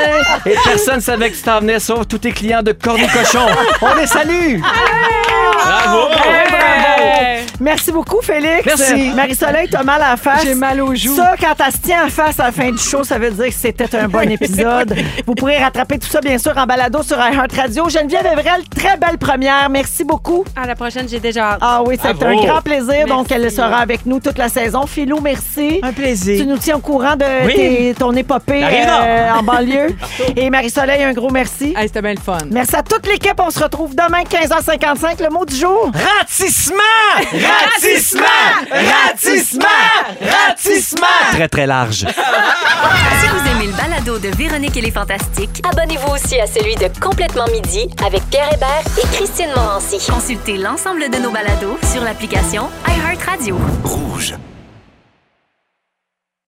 Et personne savait que tu t'en venais, sauf tous tes clients de cornu cochon. On les salue.
Bravo.
Hey, bravo. Merci beaucoup, Félix.
Merci.
Marie-Soleil, t'as mal à la face.
J'ai mal aux joues.
Ça, quand elle se tient à face à la fin du show, ça veut dire que c'était un bon épisode. Vous pourrez rattraper tout ça, bien sûr, en balado sur iHeartRadio. Geneviève Evrel, très belle première. Merci beaucoup.
À la prochaine, j'ai déjà hâte.
Ah oui, c'est un
Bravo.
grand plaisir. Donc, elle
Merci.
sera avec nous toute la saison. Philou, merci.
Un plaisir.
Tu nous tiens au courant de
Oui.
tes- ton épopée euh,
La Rive-Nord.
en banlieue. Et Marie-Soleil, un gros merci.
Hey, C'était bien le fun.
Merci à toute l'équipe. On se retrouve demain, 15h55. Le mot du jour.
Ratissement! Ratissement! Ratissement! Ratissement!
Très, très large.
Si vous aimez le balado de Véronique et les Fantastiques,
Abonnez-vous aussi à celui de Complètement Midi avec Pierre Hébert et Christine Morancy.
consultez l'ensemble de nos balados sur l'application iHeartRadio.
Rouge.